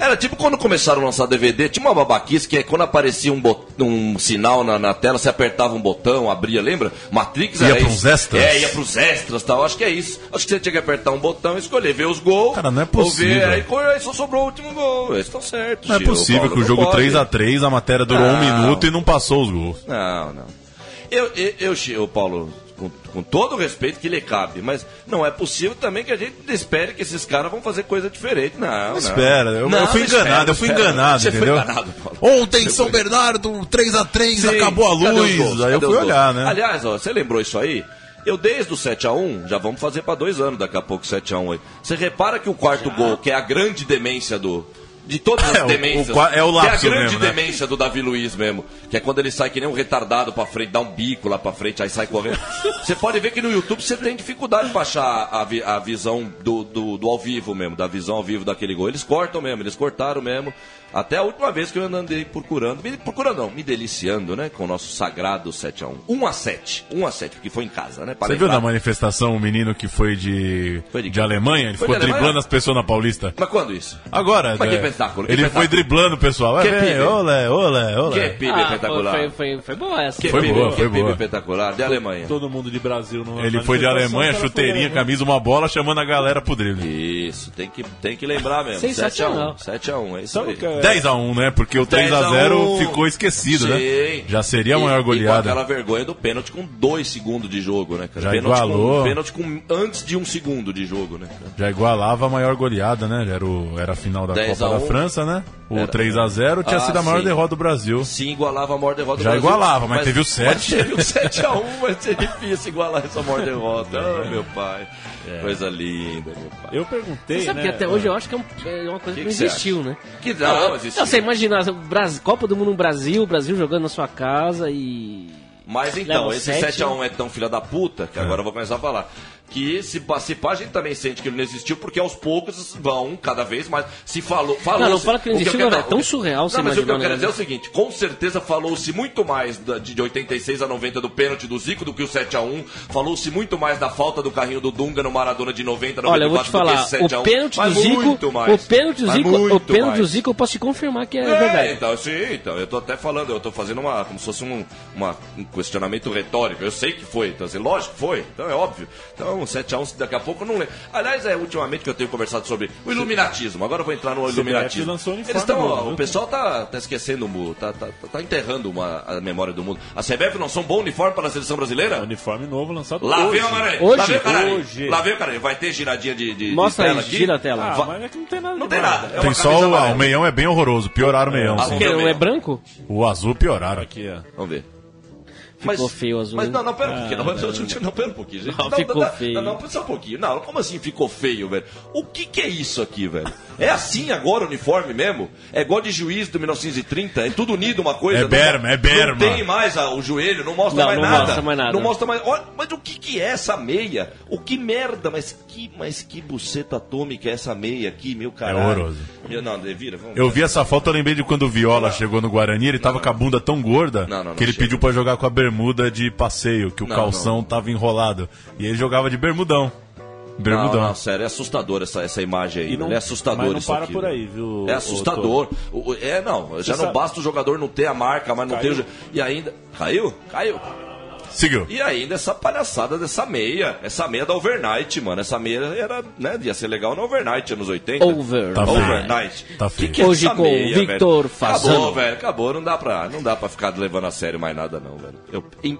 Era tipo quando começaram a lançar DVD, tinha uma babaquice que é quando aparecia um, bot- um sinal na, na tela, você apertava um botão, abria, lembra? Matrix
Ia
era
pros
isso.
extras?
É, ia pros extras e tal. Acho que é isso. Acho que você tinha que apertar um botão e escolher, ver os gols.
Cara, não é
ou
possível.
Ver, aí, co- aí só sobrou o último gol. Eles estão certos.
Não é
Gil,
possível
Paulo,
que o
não
jogo
pode.
3x3, a matéria durou um
Não.
minuto e não passou os gols.
Não, não. Eu, eu, eu, Gil, Paulo, com, com todo o respeito que lhe cabe, mas não é possível também que a gente espere que esses caras vão fazer coisa diferente. Não, não.
Espera, eu,
Não,
eu fui
não espera,
enganado, eu fui
espera.
enganado,
Você
entendeu?
foi enganado, Paulo.
Ontem, São Bernardo, 3x3, acabou a
cadê os
luz.
gols?
Aí eu
Cadê
fui
os gols?
olhar, né?
Aliás, ó, você lembrou isso aí? Eu desde o 7x1, já vamos fazer pra dois anos daqui a pouco 7x1 aí. Você repara que o quarto gol, que é a grande demência do. De todas as
É, o-
demências.
o qua- é o lapso
que é a grande
mesmo, né?
demência do Davi Luiz mesmo. Que é quando ele sai que nem um retardado pra frente, dá um bico lá pra frente, aí sai correndo. você pode ver que no YouTube você tem dificuldade pra achar a, vi- a visão do, do, do ao vivo mesmo, da visão ao vivo daquele gol. Eles cortam mesmo, eles cortaram mesmo. Até a última vez que eu andei procurando, me, procurando não, me deliciando, né? Com o nosso sagrado 7x1. 1x7, 1x7, porque foi em casa, né? Pra
Você viu
lembrar.
na manifestação o menino que foi de,
Foi de-
de Alemanha? Ele
Foi
ficou
de Alemanha?
driblando as pessoas na Paulista.
Mas quando isso?
Agora,
Mas que
né,
espetáculo, que
ele foi
espetáculo.
driblando o pessoal.
Que
É, vem,
pibe.
olé, olé,
Que
olé.
PIB espetacular.
Ah, foi, foi, foi boa essa.
Que
é. Foi
PIB,
boa,
que
foi
PIB
boa.
espetacular, de Alemanha.
Todo mundo de Brasil não
Ele foi de Alemanha, chuteirinha, camisa, uma bola, chamando a galera pro drible.
Isso, tem que, tem que lembrar mesmo.
Sensacional.
7x1, 7x1, é um. isso
Sabe
aí.
o que é
é. 10x1, né? Porque o 3x0 ficou esquecido, né? Já seria a maior goleada.
E com aquela vergonha do pênalti com dois segundos de jogo, né, cara?
Já
pênalti
igualou.
Com, pênalti com antes de um segundo de jogo, né, cara?
Já igualava a maior goleada, né? Era, o, era a final da
10 a
Copa da
1.
França, né? O
Era.
3x0 tinha
Ah,
sido a maior
sim.
derrota do Brasil.
Sim, igualava a maior derrota do
Já
Brasil.
igualava, mas teve o sete.
Mas teve o 7 a 1, vai ser difícil igualar essa maior derrota. Ah, meu pai. Coisa linda, meu pai.
Eu perguntei, né,
Você sabe que até hoje eu acho que é, um- é uma coisa que,
né? Ah. Que
não
que você
existiu,
acha?
né?
Que não, não existiu.
você imagina, o Brasil, Copa do Mundo no Brasil, o Brasil jogando na sua casa e.
Mas
Leva
então,
o
esse
sete.
7x1 é tão filha da puta, que agora eu vou começar a falar. Que se participar, a gente também sente que ele não existiu, porque aos poucos vão cada vez mais. Se falou. falou
Não, não fala que não existiu, não, é tão surreal
Não,
você
mas o que eu
imaginar,
quero
né?
dizer é o seguinte: com certeza falou-se muito mais da- de de 86 a 90 do pênalti do Zico do que o 7x1. Falou-se muito mais da falta do carrinho do Dunga no Maradona de 90, 94
Olha, eu vou te falar,
do que esse 7x1.
o pênalti do
Mas
Zico.
muito mais.
O pênalti do
Mas
Zico,
muito
o pênalti do
mais.
Zico eu posso te confirmar que é,
É,
verdade.
Então, sim, então, eu tô até falando, eu tô fazendo uma, como se fosse um, uma- um questionamento retórico. Eu sei que foi, então, assim, lógico que foi, então é óbvio. Então, 7x1, daqui a pouco eu não lembro. Aliás, é ultimamente que eu tenho conversado sobre o iluminatismo. Agora eu vou entrar no iluminatismo.
lançou uniforme
Eles estão,
novo,
ó,
viu?
o pessoal tá, tá esquecendo o mundo, tá, tá, tá- tá enterrando uma, a memória do mundo. A CBF lançou um bom uniforme para a seleção brasileira?
Uniforme novo lançado
Lá
hoje.
vem o amarelo.
Hoje?
Lá vem o caralho.
Hoje.
Lá vem o caralho. Vai ter giradinha de, de, de
Mostra aí,
tela aqui?
gira a tela.
Ah,
Va-
mas é que não tem nada.
Não
de
tem
mais.
nada. É uma
Tem só
camisa
o, ah,
amarela.
o meião é bem horroroso. Pioraram o meião,
Ah,
sim.
Porque não é
mesmo.
branco?
O azul pioraram.
Aqui, ó.
Vamos ver.
Ficou feio o azul,
Mas
hein? Ah,
não, não, pera um pouquinho. Não, não, não pera um pouquinho, gente.
Não, ficou
não,
feio.
Não, não, só um pouquinho. Não, como assim ficou feio, velho? O que que é isso aqui, velho? É assim agora o uniforme mesmo? É igual de juiz do 1930? É tudo unido uma coisa?
É
Não-
berma, é berma.
Não tem mais ah, o joelho, não mostra
Não,
mais
não
nada.
mostra mais nada.
Não mostra mais... Olha, mas o que que é essa meia? O que merda? Mas que, mas que buceta atômica é essa meia aqui, meu caralho?
horroroso.
Meu- Não, vira, vamos.
Eu vi essa foto, eu lembrei de quando o Viola chegou no Guarani, ele tava com a bunda tão gorda
Não, não, não
que ele
chega.
pediu pra jogar com a bermuda de passeio, que o
Não,
calção
não.
tava enrolado. E ele jogava de bermudão.
Não,
Bermudão.
não, sério, é assustador essa, essa imagem aí.
E não-
velho, é assustador
mas não
isso
para
aqui,
por
velho.
aí, viu,
É assustador. O- o- é, não, já não
sabe-
basta o jogador não ter a marca, mas não
Caiu.
ter o... E ainda... Caiu? Caiu.
Seguiu.
E ainda essa palhaçada dessa meia. Essa meia da overnight, mano. Essa meia era, né, ia ser legal na overnight, anos 80.
Overnight.
Tá feio.
Overnight.
Tá
Que
feio.
que é
Hoje
essa
com
meia,
o Victor
velho?
Fasano.
Acabou, velho. Acabou. Não dá, pra, não dá pra ficar levando a sério mais nada, não, velho. Eu, em-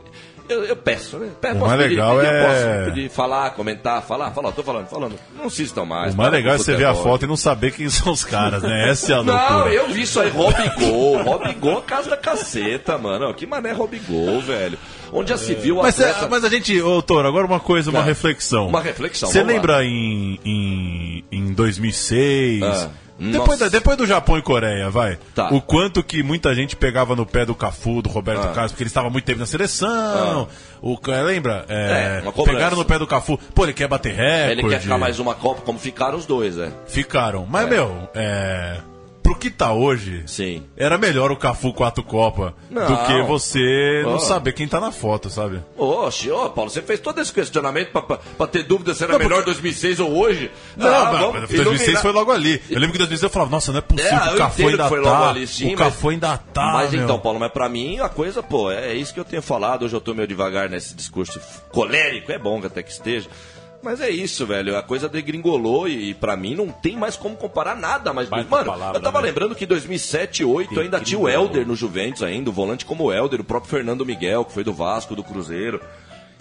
eu, eu peço, né? Pe-
O
posso
mais
pedir,
legal
pedir,
é-
Posso pedir, falar, comentar, falar, falar. Tô falando, falando. Não insistam mais.
O mais
Para
legal é
com
você ver a
futebol.
foto e não saber quem são os caras, né? Essa é a loucura.
Não, eu vi isso aí, Robigol. Robigol, é casa da caceta, mano. Que mané Robigol, velho. Onde já se viu
Mas,
atleta...
é, mas a gente, ô Toro, agora uma coisa, uma
Tá.
reflexão.
Uma reflexão,
Você
vamos lá.
lembra em, em, em 2006?
Ah,
Depois,
nossa.
da- depois do Japão e Coreia, vai.
Tá.
O quanto que muita gente pegava no pé do Cafu, do Roberto
Ah.
Carlos, porque ele estava muito tempo na seleção. O, ca- lembra? É,
É, uma cobrança.
pegaram no pé do Cafu. Pô, ele quer bater recorde.
Ele quer ficar mais uma Copa, como ficaram os dois, né?
Ficaram. Mas, meu, é... pro que tá hoje,
Sim.
era melhor o Cafu 4 Copa do
Não.
que você não
Ah.
saber quem tá na foto, sabe?
Oxe, ô Paulo, você fez todo esse questionamento pra, pra, pra ter dúvida se era
Não,
melhor 2006 ou hoje?
Não,
Ah,
mas-
vamos
mas 2006
iluminar.
foi logo ali. Eu lembro que 2006 eu falava, nossa, não é possível,
É,
o
eu
Cafu
entendo
ainda
que foi logo
tá,
ali, sim,
o
mas-
Cafu ainda tá,
Mas
meu.
então, Paulo, mas pra mim a coisa, pô, é isso que eu tenho falado. Hoje eu tô meio devagar nesse discurso colérico, é bom que até que esteja. Mas é isso, velho. A coisa degringolou e, pra mim não tem mais como comparar nada. Mas,
Baita
mano,
palavra,
eu tava
né?
lembrando que 2007, 2008 ainda tinha o
Degringolou.
Helder no Juventus ainda, o volante como o Helder, o próprio Fernando Miguel, que foi do Vasco, do Cruzeiro.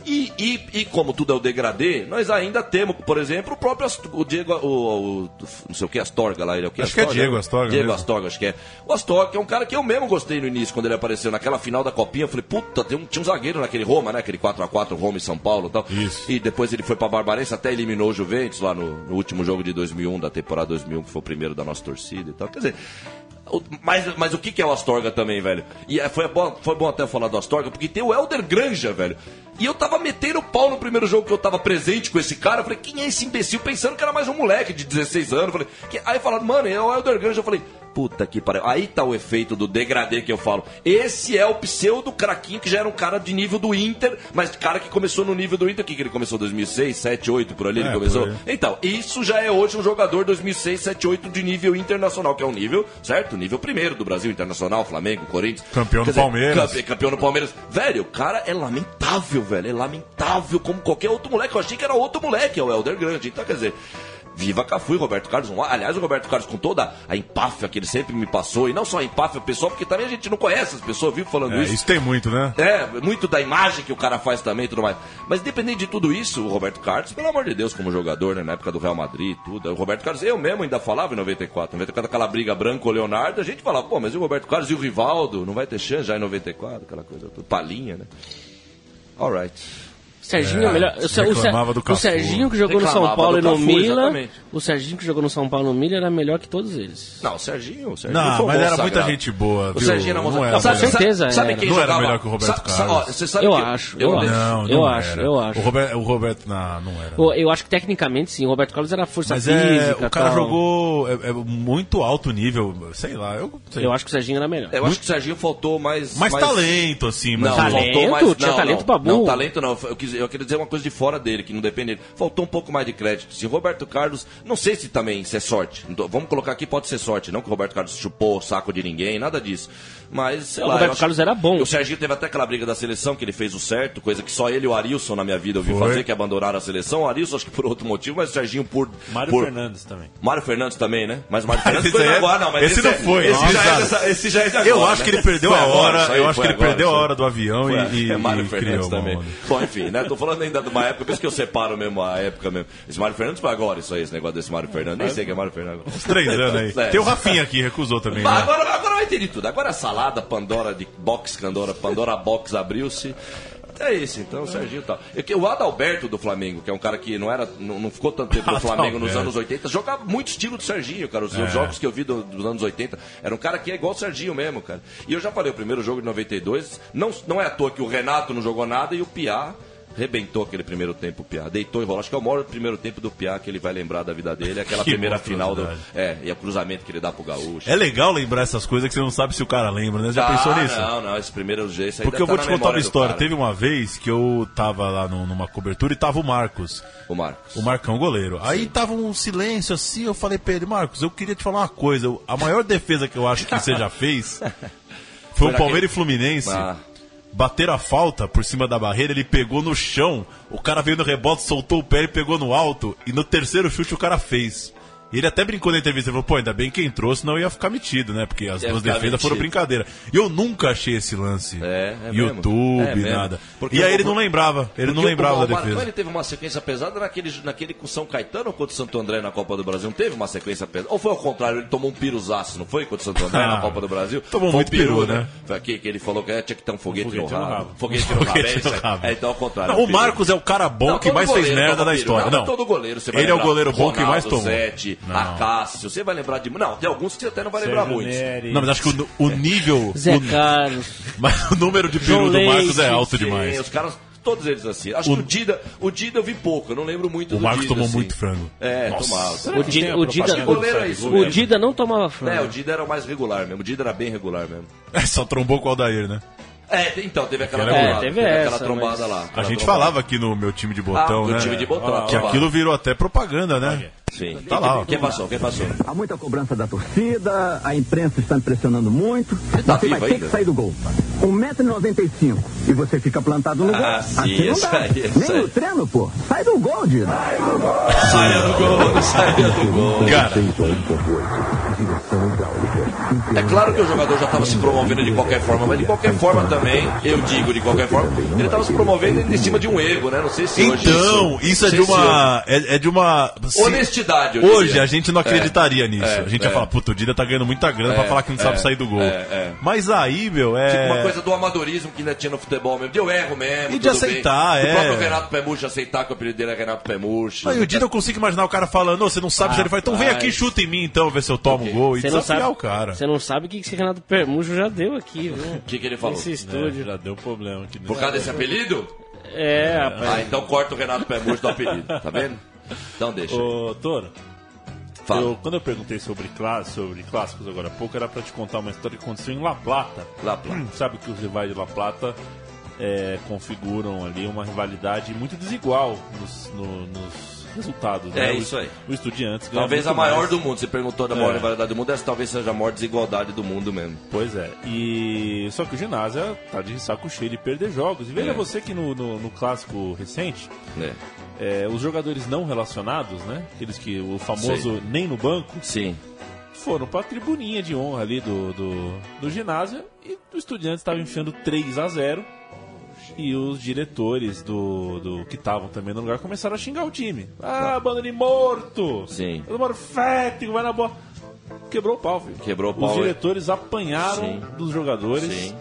E, e, e como tudo é o degradê, nós ainda temos, por exemplo, o próprio Ast- o Diego, o, o- não sei o que, Astorga lá, ele é o que?
Acho que é Diego Astorga
Diego
mesmo.
Astorga, acho que é. O Astorga é um cara que eu mesmo gostei no início, quando ele apareceu naquela final da Copinha. Eu falei, puta, tem um- tinha um zagueiro naquele Roma, né? Aquele 4x4 Roma e São Paulo e tal.
Isso.
E depois ele foi pra Barbarense, até eliminou o Juventus lá no, no último jogo de 2001, da temporada 2001, que foi o primeiro da nossa torcida e tal. Quer dizer... o- Mas, mas o que que é o Astorga também, velho? E é, foi bom, foi bom até eu falar do Astorga, porque tem o Helder Granja, velho. E eu tava metendo o pau no primeiro jogo que eu tava presente com esse cara. Eu falei, quem é esse imbecil? Pensando que era mais um moleque de 16 anos. Eu Falei, que... Aí falaram, mano, é o Helder Granja. Eu falei, puta que pariu. Aí tá o efeito do degradê que eu falo. Esse é o pseudo craquinho que já era um cara de nível do Inter, mas cara que começou no nível do Inter. O que, que ele começou? 2006, 7, 8, por ali
É,
ele começou.
por aí.
Então, isso já é hoje um jogador 2006, 7, 8 de nível internacional, que é um nível, certo? Nível primeiro do Brasil, internacional, Flamengo, Corinthians.
Campeão
Quer
do Palmeiras.
campe- campeão do Palmeiras. Velho, o cara é lamentável, velho. É lamentável como qualquer outro moleque. Eu achei que era outro moleque, é o Helder Grande. Então, quer dizer. Viva Cafu e Roberto Carlos. Um, aliás, o Roberto Carlos, com toda a empáfia que ele sempre me passou, e não só a empáfia pessoal, porque também a gente não conhece as pessoas, vive falando
É,
isso.
isso tem muito, né?
É, muito da imagem que o cara faz também e tudo mais. Mas independente de tudo isso, o Roberto Carlos, pelo amor de Deus, como jogador, né, na época do Real Madrid e tudo, o Roberto Carlos, eu mesmo ainda falava em 94, 94 aquela briga branco-leonardo, a gente falava, pô, mas e o Roberto Carlos e o Rivaldo? Não vai ter chance já em 94, aquela coisa, toda, palinha, né? Alright.
Serginho é o melhor. O, Ser- o Ser- o Serginho que jogou no São Paulo e no Milan. O Serginho que jogou no São Paulo e no Milan era melhor que todos eles.
Não, o Serginho, o Serginho foi
Não,
um
mas
bom
era
sagrado.
muita gente boa.
O
viu?
Serginho era
não
moça-
era
Não, sabe-
melhor.
certeza
sabe
era.
quem
Não era
jogava?
melhor que o Roberto
Sabe- sabe-
Carlos.
ó, você sabe
Eu
que-
acho,
eu
eu
acho.
acho,
Não,
eu
não
acho,
era.
eu acho.
O Roberto, o Roberto na- não era.
O- Eu acho que tecnicamente sim, o Roberto Carlos era força
Mas é,
física.
o cara
tal.
jogou é, é muito alto nível, sei lá. Eu, sei.
Eu acho que o Serginho era melhor.
Eu acho que o Serginho faltou mais.
Mais talento, assim, mas-
não,
Talento?
faltou mais.
Tinha
não,
talento
não,
pra burro.
Não, talento não. Eu, quis, eu queria dizer uma coisa de fora dele, que não depende dele. Faltou um pouco mais de crédito. Se Roberto Carlos. Não sei se também isso é sorte. Então, Vamos colocar aqui, pode ser sorte. Não que o Roberto Carlos chupou o saco de ninguém, nada disso. Mas, sei
O
lá.
Roberto
eu acho-
Carlos era bom.
O Serginho teve até aquela briga da seleção que ele fez o certo, coisa que só ele e o Arilson na minha vida eu vi
Foi.
fazer, que abandonaram a seleção. O Arilson, acho que por outro motivo, mas o Serginho por.
Mário
por-
Fernandes também.
Mário Fernandes também, né? Mas o Mário Fernandes
Esse
foi
é-
agora, não, mas
esse não
é-
foi,
Esse já, é
avisado.
dessa- esse já é de agora.
Eu acho que ele perdeu
Foi
a
agora,
hora,
isso aí,
eu acho
foi
que ele
agora,
perdeu a
isso aí.
hora do avião
Foi,
e-
É
e-
Mário
e
Fernandes
criou uma
também.
onda.
Bom, enfim, né? Tô falando ainda de uma época, por isso que eu separo mesmo a época mesmo. Esse Mário Fernandes foi agora, isso aí, esse negócio desse Mário Fernandes. Nem sei que é Mário Fernandes.
Uns três anos aí.
É.
Tem o Rafinha aqui, recusou também.
Bah,
né?
agora, agora vai ter de tudo. Agora a salada, Pandora de box, Pandora, Pandora box abriu-se. É isso, então, o Serginho tal. É que O Adalberto do Flamengo, que é um cara que não era, não, não ficou tanto tempo no Flamengo nos
Adalberto.
anos 80, jogava muito estilo do Serginho, cara. Os
É.
jogos que eu vi do- dos anos 80, era um cara que é igual o Serginho mesmo, cara. E eu já falei, o primeiro jogo de 92, não, não é à toa que o Renato não jogou nada e o Piá rebentou aquele primeiro tempo, o Piá. Deitou e rolou. Acho que é o maior primeiro tempo do Piá que ele vai lembrar da vida dele, aquela
Que
primeira final do.
monstruosidade.
É, e o cruzamento que ele dá pro Gaúcho.
É legal lembrar essas coisas que você não sabe se o cara lembra, né? Já
Ah,
pensou nisso?
Não, não, esse primeiro jeito. isso aí
Porque eu
ainda
vou
tá
te
na
contar uma
memória do
história.
cara.
Teve uma vez que eu tava lá num- numa cobertura e tava o Marcos.
O Marcos.
O Marcão goleiro. Aí tava um silêncio assim, eu falei pra ele, Marcos, eu queria te falar uma coisa. Eu- A maior defesa que eu acho que você já fez foi
Foi
o
naquele-
Palmeiras e Fluminense.
Ah.
Bateram a falta por cima da barreira, ele pegou no chão. O cara veio no rebote, soltou o pé, ele pegou no alto. E no terceiro chute o cara fez. E Ele até brincou na entrevista, ele falou, pô, ainda bem que entrou, senão eu ia ficar metido, né? Porque as
Ia
duas
ficar
defesas foram
metido.
brincadeira. E eu nunca achei esse lance.
É mesmo? É
YouTube,
mesmo.
nada.
Porque
e aí
o-
ele não lembrava, ele não
porque o-
lembrava
o
da
Marcão,
defesa.
ele teve uma sequência pesada naquele, naquele com São Caetano ou contra o Santo André na Copa do Brasil. Não teve uma sequência pesada? Ou foi ao contrário, ele tomou um piruzaço, não foi? Contra o Santo André na
Ah,
Copa do Brasil?
tomou
Foi um
muito peru, né?
Foi aqui que ele falou que é, tinha que ter um foguete,
foguete
no
no
rabo.
rabo.
Foguete no rabo. é isso aí. É, então ao contrário.
Não, o
peru.
Marcos é o cara bom
Não,
que
todo
mais fez
goleiro
merda
toma
da
peru.
história. Não,
todo goleiro você vai
Ele é o
lembrar.
goleiro bom que mais
Ronaldo,
tomou.
Zete,
Não.
Acácio, você vai lembrar de... Não, tem alguns que você até não vai lembrar
Sérgio
muito.
Neri. Não, mas acho que o, o nível.
Zé
o, Mas o número de peru
João
do Marcos é
Leite,
alto
sim,
demais.
Os caras, todos eles assim. Acho
O-
que o Dida, o Dida eu vi pouco, eu não lembro muito
O
do
Marcos
Dida,
tomou
assim.
muito frango.
É, tomava.
O Dida, o, Dida,
Acho que goleiro é isso
o
mesmo.
Dida não tomava
É, o
frango.
Dida era o mais regular mesmo. O Dida era bem regular mesmo.
É, só trombou com o Aldair, né?
É, então, teve aquela
Era
trombada.
bom.
teve aquela trombada lá.
A
aquela
gente
trombada.
falava aqui no meu time de botão,
Ah,
né?
no time de botão,
que
trombada.
aquilo virou até propaganda, né?
Sim.
Tá lá. ó.
Quem passou? Quem passou?
Há muita cobrança da torcida, a imprensa está me pressionando muito. você vai
tá vivo
ter
ainda?
que sair do gol. 1,95m e você fica plantado no gol.
Ah, sim,
assim não
isso
dá.
aí, isso
Nem no
aí.
treino, pô. Sai do gol, Dino.
Saia do gol, saia do gol.
Cara.
É claro que o jogador já estava se promovendo de qualquer forma, mas de qualquer forma também, eu digo de qualquer forma, ele estava se promovendo em cima de um ego, né? Não sei se hoje.
Então, isso é de
não sei se
uma. É, é de uma. se-
Honestidade, eu
Hoje
diria.
a gente não acreditaria nisso.
é,
a gente
é.
ia falar, puta, o Dida tá ganhando muita grana pra
É,
falar que não sabe
é,
sair do gol.
é, é.
Mas aí, meu, é.
Tipo uma coisa do amadorismo que ainda tinha no futebol mesmo. De eu erro mesmo.
E de
tudo bem.
aceitar, é.
O próprio Renato Pemuxa aceitar que o apelido dele é Renato Pemuxa.
Aí o Dida eu consigo imaginar o cara falando, "Ô, você não sabe se ele vai. Então vem
Rapaz.
aqui, e chuta em mim então, ver se eu tomo o gol. E
Você não
desafiar
sabe
é o cara.
é
Você não sabe o que esse Renato Permujo já deu aqui, viu? O
que, que ele falou?
Esse
É,
estúdio.
já deu problema aqui.
Por causa desse apelido?
É, rapaz.
Ah, então corta o Renato Pemuxa do apelido, tá vendo? Então deixa.
Ô, Toro.
Fala.
eu- quando eu perguntei sobre, clá- sobre clássicos agora há pouco, era pra te contar uma história que aconteceu em La Plata.
La Plata.
Hum, sabe que os rivais de La Plata é, configuram ali uma rivalidade muito desigual nos, no- nos resultados.
É
né? O-
isso aí.
O Estudiantes ganha
Talvez a
muito
maior
mais.
do mundo. Você perguntou da maior
É.
rivalidade do mundo, essa talvez seja a maior desigualdade do mundo mesmo.
Pois é, e só que o ginásio tá de saco cheio de perder jogos. E veja
É.
você que no, no, no clássico recente,
É.
é, os jogadores não relacionados, né? Aqueles que o famoso
Sim.
nem no banco.
Sim.
Foram pra tribuninha de honra ali do, do, do ginásio e o Estudiantes estava enfiando 3 a 0 e os diretores do, do que estavam também no lugar começaram a xingar o time. Ah, bando de morto!
Tá. Sim.
Todo morfético, vai na bola. Quebrou o pau, filho.
Quebrou o
Os
pau, é.
diretores apanharam dos jogadores.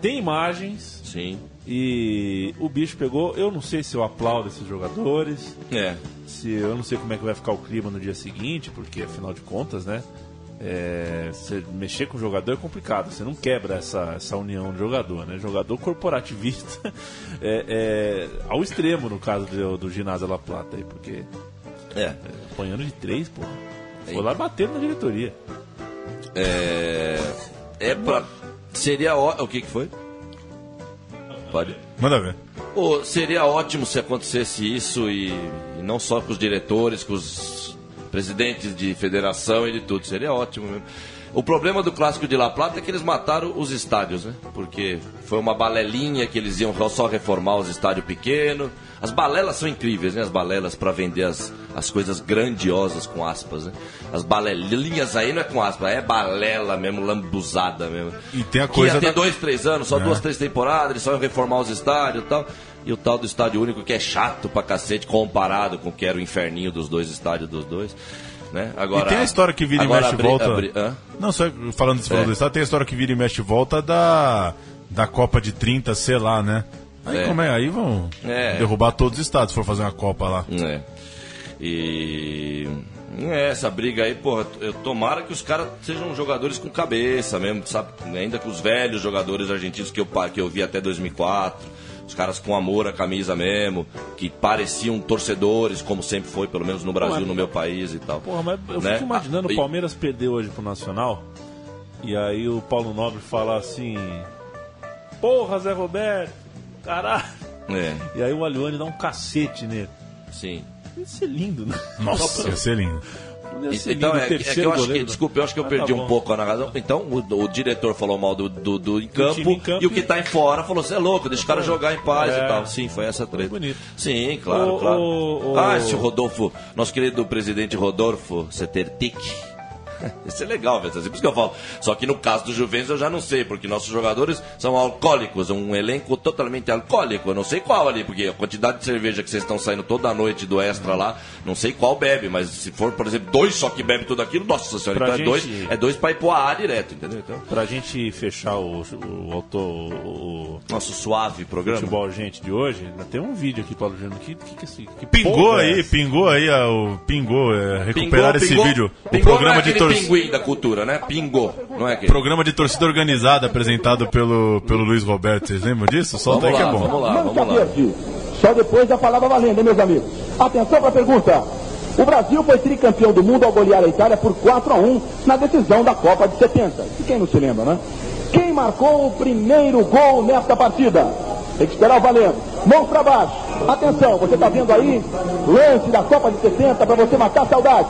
Tem imagens.
Sim.
E o bicho pegou. Eu não sei se eu aplaudo esses jogadores.
É.
Se eu não sei como é que vai ficar o clima no dia seguinte, porque afinal de contas, né? é, você mexer com o jogador é complicado. Você não quebra essa, essa união de jogador, né? Jogador corporativista é, é, ao extremo no caso do, do ginásio La Plata, aí, porque
é.
apanhando de três, pô. Foi lá batendo na diretoria.
É. É pra. Seria ó- O que que foi? Pode.
Manda ver.
Pô, seria ótimo se acontecesse isso e, e não só com os diretores, com os presidentes de federação e de tudo. Seria ótimo mesmo. O problema do clássico de La Plata é que eles mataram os estádios, né? Porque foi uma balelinha que eles iam só reformar os estádios pequenos. As balelas são incríveis, né? As balelas para vender as, as coisas grandiosas com aspas, né? As balelinhas aí não é com aspas, é balela mesmo, lambuzada mesmo.
E tem a
Que
coisa
ia ter
da-
dois, três anos, só
É.
duas, três temporadas, eles só iam reformar os estádios e tal. E o tal do estádio único que é chato pra cacete comparado com o que era o inferninho dos dois estádios dos dois. Né? Agora,
e tem a história que vira e
agora
mexe e
abri-
volta.
abri- hã?
Não, só falando desse
É.
falando do estado, tem a história que vira e mexe e volta da, da Copa de 30, sei lá, né? Aí
É.
como é? Aí vão
É.
derrubar todos os estados se for fazer uma Copa lá.
É. E. É, essa briga aí, porra, eu tomara que os caras sejam jogadores com cabeça mesmo, sabe? Ainda com os velhos jogadores argentinos que eu, pa- que eu vi até 2004. Os caras com amor à camisa mesmo, que pareciam torcedores, como sempre foi, pelo menos no Brasil,
Ué.
no meu país e tal.
Porra, mas eu
Né?
fico imaginando,
Ah,
o
e-
Palmeiras perdeu hoje pro Nacional, e aí o Paulo Nobre fala assim, porra, Zé Roberto, caralho.
É.
E aí o Alione dá um cacete nele.
Sim.
Isso é lindo, né? Só
Nossa,
pra-
ia ser lindo.
Deve ser
Então,
lindo,
é, é que
terceiro
eu acho que,
goleiro.
desculpa, eu acho que eu
Ah,
perdi
tá
um
bom.
pouco a narração. Então, o, o diretor falou mal do, do, do em, campo,
time em campo
e o que
e-
tá em fora falou: você é louco, deixa o cara jogar em paz
É.
e tal. Sim, foi essa treta.
bonito.
Sim, claro,
Ô,
claro.
ô, ô.
Ah, esse Rodolfo, nosso querido presidente Rodolfo Setertic. Isso é legal, velho. Assim, por isso que eu falo. Só que no caso do Juventus eu já não sei, porque nossos jogadores são alcoólicos, um elenco totalmente alcoólico. Eu não sei qual ali, porque a quantidade de cerveja que vocês estão saindo toda noite do extra lá, não sei qual bebe, mas se for, por exemplo, dois só que bebe tudo aquilo, nossa senhora,
Pra
então é
gente-
dois, é dois pra ir pro AA direto, entendeu? Então,
Pra gente fechar o, o, autor- o, o
nosso suave programa.
futebol gente de hoje, ainda tem um vídeo aqui, Paulo Júnior, que, que, que, esse- que
Pingou
porra é
aí,
essa?
pingou aí, ah, o pingou, é, recuperar esse
Pingou,
vídeo.
pingou
o programa
não é
de
aquele
torcida.
pinguim da cultura, né? Pingou, não é aquele.
Programa de torcida organizada apresentado pelo, pelo Luiz Roberto, vocês lembram disso? Solta
Vamos
aí
lá,
que é bom.
vamos lá,
Não
vamos lá.
cabeço. Só depois da palavra valendo, hein, meus amigos. Atenção para a pergunta. O Brasil foi tricampeão do mundo ao golear a Itália por 4 a 1 na decisão da Copa de 70. E quem não se lembra, né? Quem marcou o primeiro gol nesta partida? Tem que esperar o valendo. Mão para baixo. Atenção, você está vendo aí lance da Copa de 70 para você matar a saudade.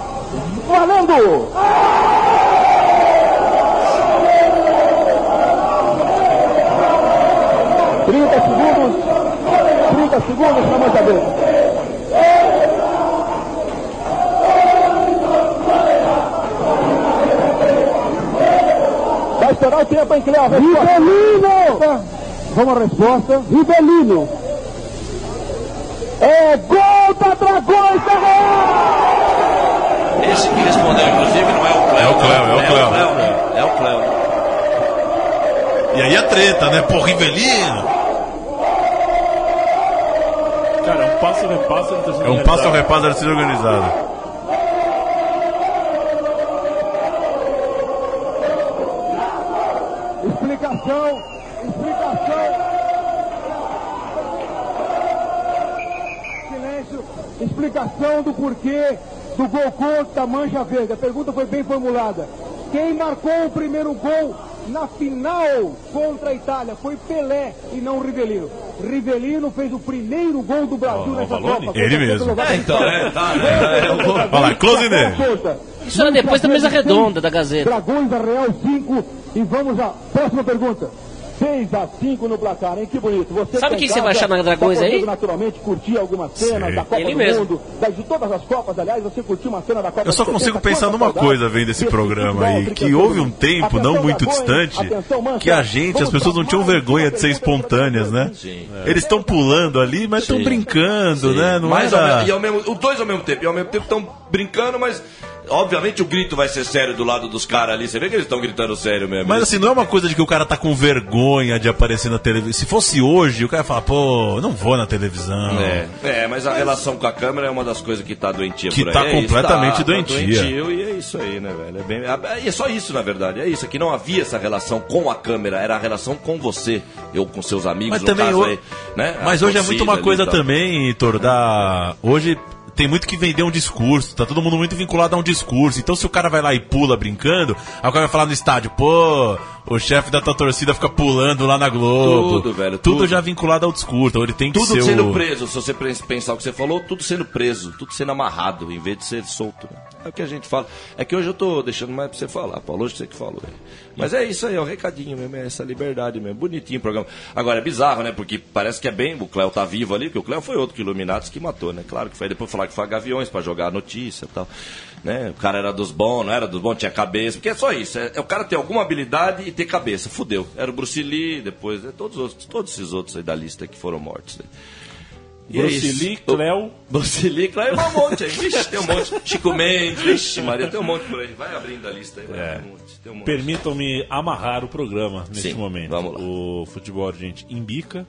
Valendo! Trinta segundos. 30 segundos para mais saber. Vai estourar o tempo, hein, Cleo? Ribelino! Vamos à resposta. Ribelino. É gol da Dragões da
Esse que respondeu, inclusive, não é o Cléo.
É o Cléo, é o Cléo.
É o Cléo.
E aí a treta, né? Pô, Rivelino!
Cara, é um passo a repasso da torcida
É um passo
organizada.
ao repasso da torcida organizada.
Explicação, explicação. Silêncio. Explicação do porquê do gol contra a Mancha Verde. A pergunta foi bem formulada. Quem marcou o primeiro gol na final contra a Itália foi Pelé e não Rivelino. Rivelino fez o primeiro gol do Brasil nessa
Valone?
Copa.
Ele mesmo.
É, então,
é, tá,
Olha lá, close nele.
Isso era
é
depois da mesa redonda da
Gazeta. Dragões da Real 5 e vamos à próxima pergunta. 6 a 5 no placar, hein? Que bonito. Você
Sabe
tá em
quem você vai
casa,
achar na Dragões
tá podendo,
aí?
naturalmente curtir algumas cenas
Sim.
da Copa
Ele
do
mesmo.
Mundo, das- de todas as Copas, aliás, você curtiu uma cena da Copa
Eu só
de
consigo
70,
pensar
quanta
numa
saudade.
coisa vendo esse programa aí, que houve um tempo não muito distante que a gente, as pessoas não tinham vergonha de ser espontâneas, né?
Sim.
Eles estão pulando ali, mas estão
Sim.
brincando, né? Não
mas ao
era...
mesmo- e ao mesmo, os dois ao mesmo tempo, e ao mesmo tempo estão brincando, mas obviamente o grito vai ser sério do lado dos caras ali. Você vê que eles estão gritando sério mesmo.
Mas assim, não é uma coisa de que o cara tá com vergonha de aparecer na televisão. Se fosse hoje, o cara ia falar, pô, não vou na televisão.
É, é, mas a relação com a câmera é uma das coisas que tá doentia
Que
por aí.
tá
É isso,
completamente
tá
doentia.
doentio e é isso aí, né, velho? É, bem- é- é só isso, na verdade. É isso. É que não havia essa relação com a câmera, era a relação com você, eu com seus amigos,
Mas
no
também
caso
ho-
aí, né? A
Mas hoje é muito
torcida
uma
ali
coisa
e tal.
também, Heitor, da... Hoje tem muito que vender um discurso, tá todo mundo muito vinculado a um discurso. Então se o cara vai lá e pula brincando, aí o cara vai falar no estádio, pô, o chefe da tua torcida fica pulando lá na Globo.
Tudo, velho,
Tudo,
tudo.
já vinculado ao discurso, então ele tem que
Tudo
ser
sendo
o...
preso, se você pre- pensar o que você falou, tudo sendo preso, tudo sendo amarrado, em vez de ser solto. né? É o que a gente fala. É que hoje eu tô deixando mais pra você falar, Paulo, hoje você que falou. né? Mas é isso aí, é o recadinho mesmo, é essa liberdade mesmo. Bonitinho o programa. Agora é bizarro, né? Porque parece que é bem, o Cléo tá vivo ali, porque o Cléo foi outro que Illuminatis que matou, né? Claro que foi depois falar que foi a Gaviões pra jogar a notícia e tal. Né? O cara era dos bons, não era dos bons, tinha cabeça, porque é só isso. É, é o cara ter alguma habilidade e ter cabeça. Fudeu. Era o Bruce Lee, depois, né? todos, os outros, todos esses outros aí da lista que foram mortos. né? E é
Bruce
isso.
Lee, Cléo.
Bruce Lee, Cléo, é um monte aí. Vixe, tem um monte. Chico Mendes, vixe, Maria, tem um monte por aí. Vai abrindo a lista aí, vai.
É.
Tem um monte, tem um monte.
Permitam-me amarrar o programa neste
Sim,
momento.
vamos lá.
O futebol gente imbica,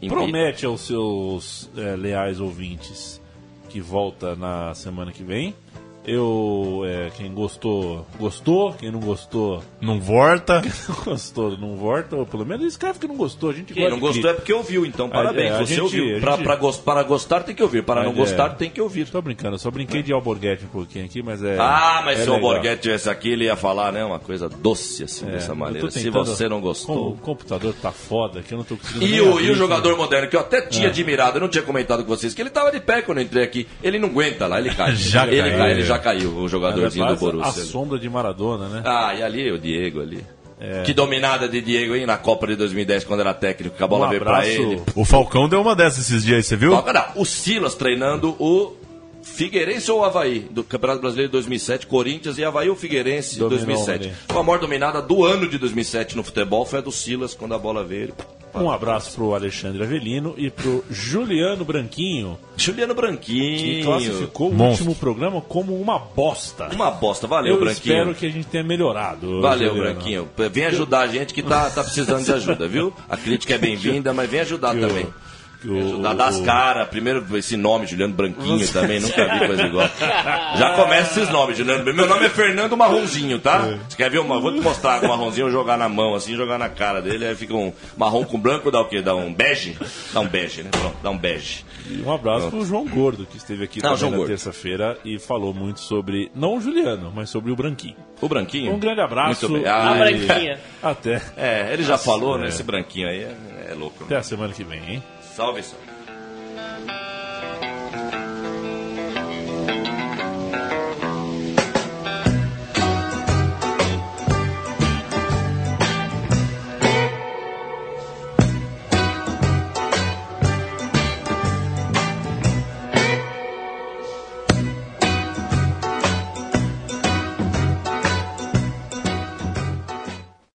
Imbica.
promete aos seus eh, leais ouvintes que volta na semana que vem. Eu, eh, quem gostou, gostou. Quem não gostou,
Não volta.
gostou, não volta. Ou pelo menos escreve que não gostou. A gente
Quem
gosta
não
de
gostou é porque ouviu, então
Ah,
parabéns,
é, a
você
gente-
ouviu.
a
Pra-
gente-
pra gos- para gostar tem que ouvir, para não
Mas,
gostar
é,
tem que ouvir.
Tô brincando, eu só brinquei de Alborguete um pouquinho aqui, mas é.
Ah, mas
é
se o
legal.
Borghetti tivesse aqui, ele ia falar, né? Uma coisa doce assim,
É,
dessa
eu tô
maneira. Se
tentando-
você não
Como
gostou.
o computador tá foda que eu não tô conseguindo.
E
nem
o,
abrir,
e o
cara.
jogador moderno, que eu até tinha
É.
admirado, eu não tinha comentado com vocês, que ele tava de pé quando eu entrei aqui. Ele não aguenta lá, ele cai.
Já
ele
caiu.
ele já caiu,
é
o jogadorzinho
Ela
do
faz A
Borussia. né?
sombra de Maradona, né?
Ah, e ali o Diego ali.
É.
Que dominada de Diego, hein? Na Copa de 2010, quando era técnico, que a bola
Um
veio pra
abraço.
ele.
O Falcão deu uma dessas esses dias aí, você viu?
Toca não. O Silas treinando o Figueirense ou o Havaí? Do Campeonato Brasileiro de 2007, Corinthians e Havaí ou Figueirense de
Dominou né?
2007.
ali.
Foi a maior dominada do ano de 2007 no futebol, foi a do Silas, quando a bola veio. ele-
Um abraço pro Alexandre Avelino e pro Juliano Branquinho,
Juliano
que
Branquinho.
classificou o
Monstro.
último programa como uma bosta.
Uma bosta. Valeu,
Eu
Branquinho.
espero que a gente tenha melhorado.
Valeu,
Juliano.
Branquinho. Vem ajudar a gente que tá, tá precisando de ajuda, viu? A crítica é bem-vinda, mas vem ajudar
Que o-
também.
que o-
Ajudar das
o-
caras. Primeiro, esse nome, Juliano Branquinho também, nunca vi coisa igual. Já começa esses nomes, Juliano. Meu nome é Fernando Marronzinho,
É.
tá? Você quer ver uma? Vou te mostrar o Marronzinho jogar na mão, assim, jogar na cara dele. Aí fica um marrom com branco, dá o quê? Dá um bege? Dá um bege, né? Pronto, dá um bege.
E um abraço pro João Gordo, que esteve aqui
Ah,
também
João
na
Gordo.
terça-feira e falou muito sobre, não o Juliano, mas sobre o Branquinho.
O Branquinho?
Um grande abraço.
Muito bem. Ah,
e-
Branquinha.
Até,
É, ele já falou, né?
é.
Esse Branquinho aí é, é louco. né?
até a semana que vem, hein?
Salve, salve.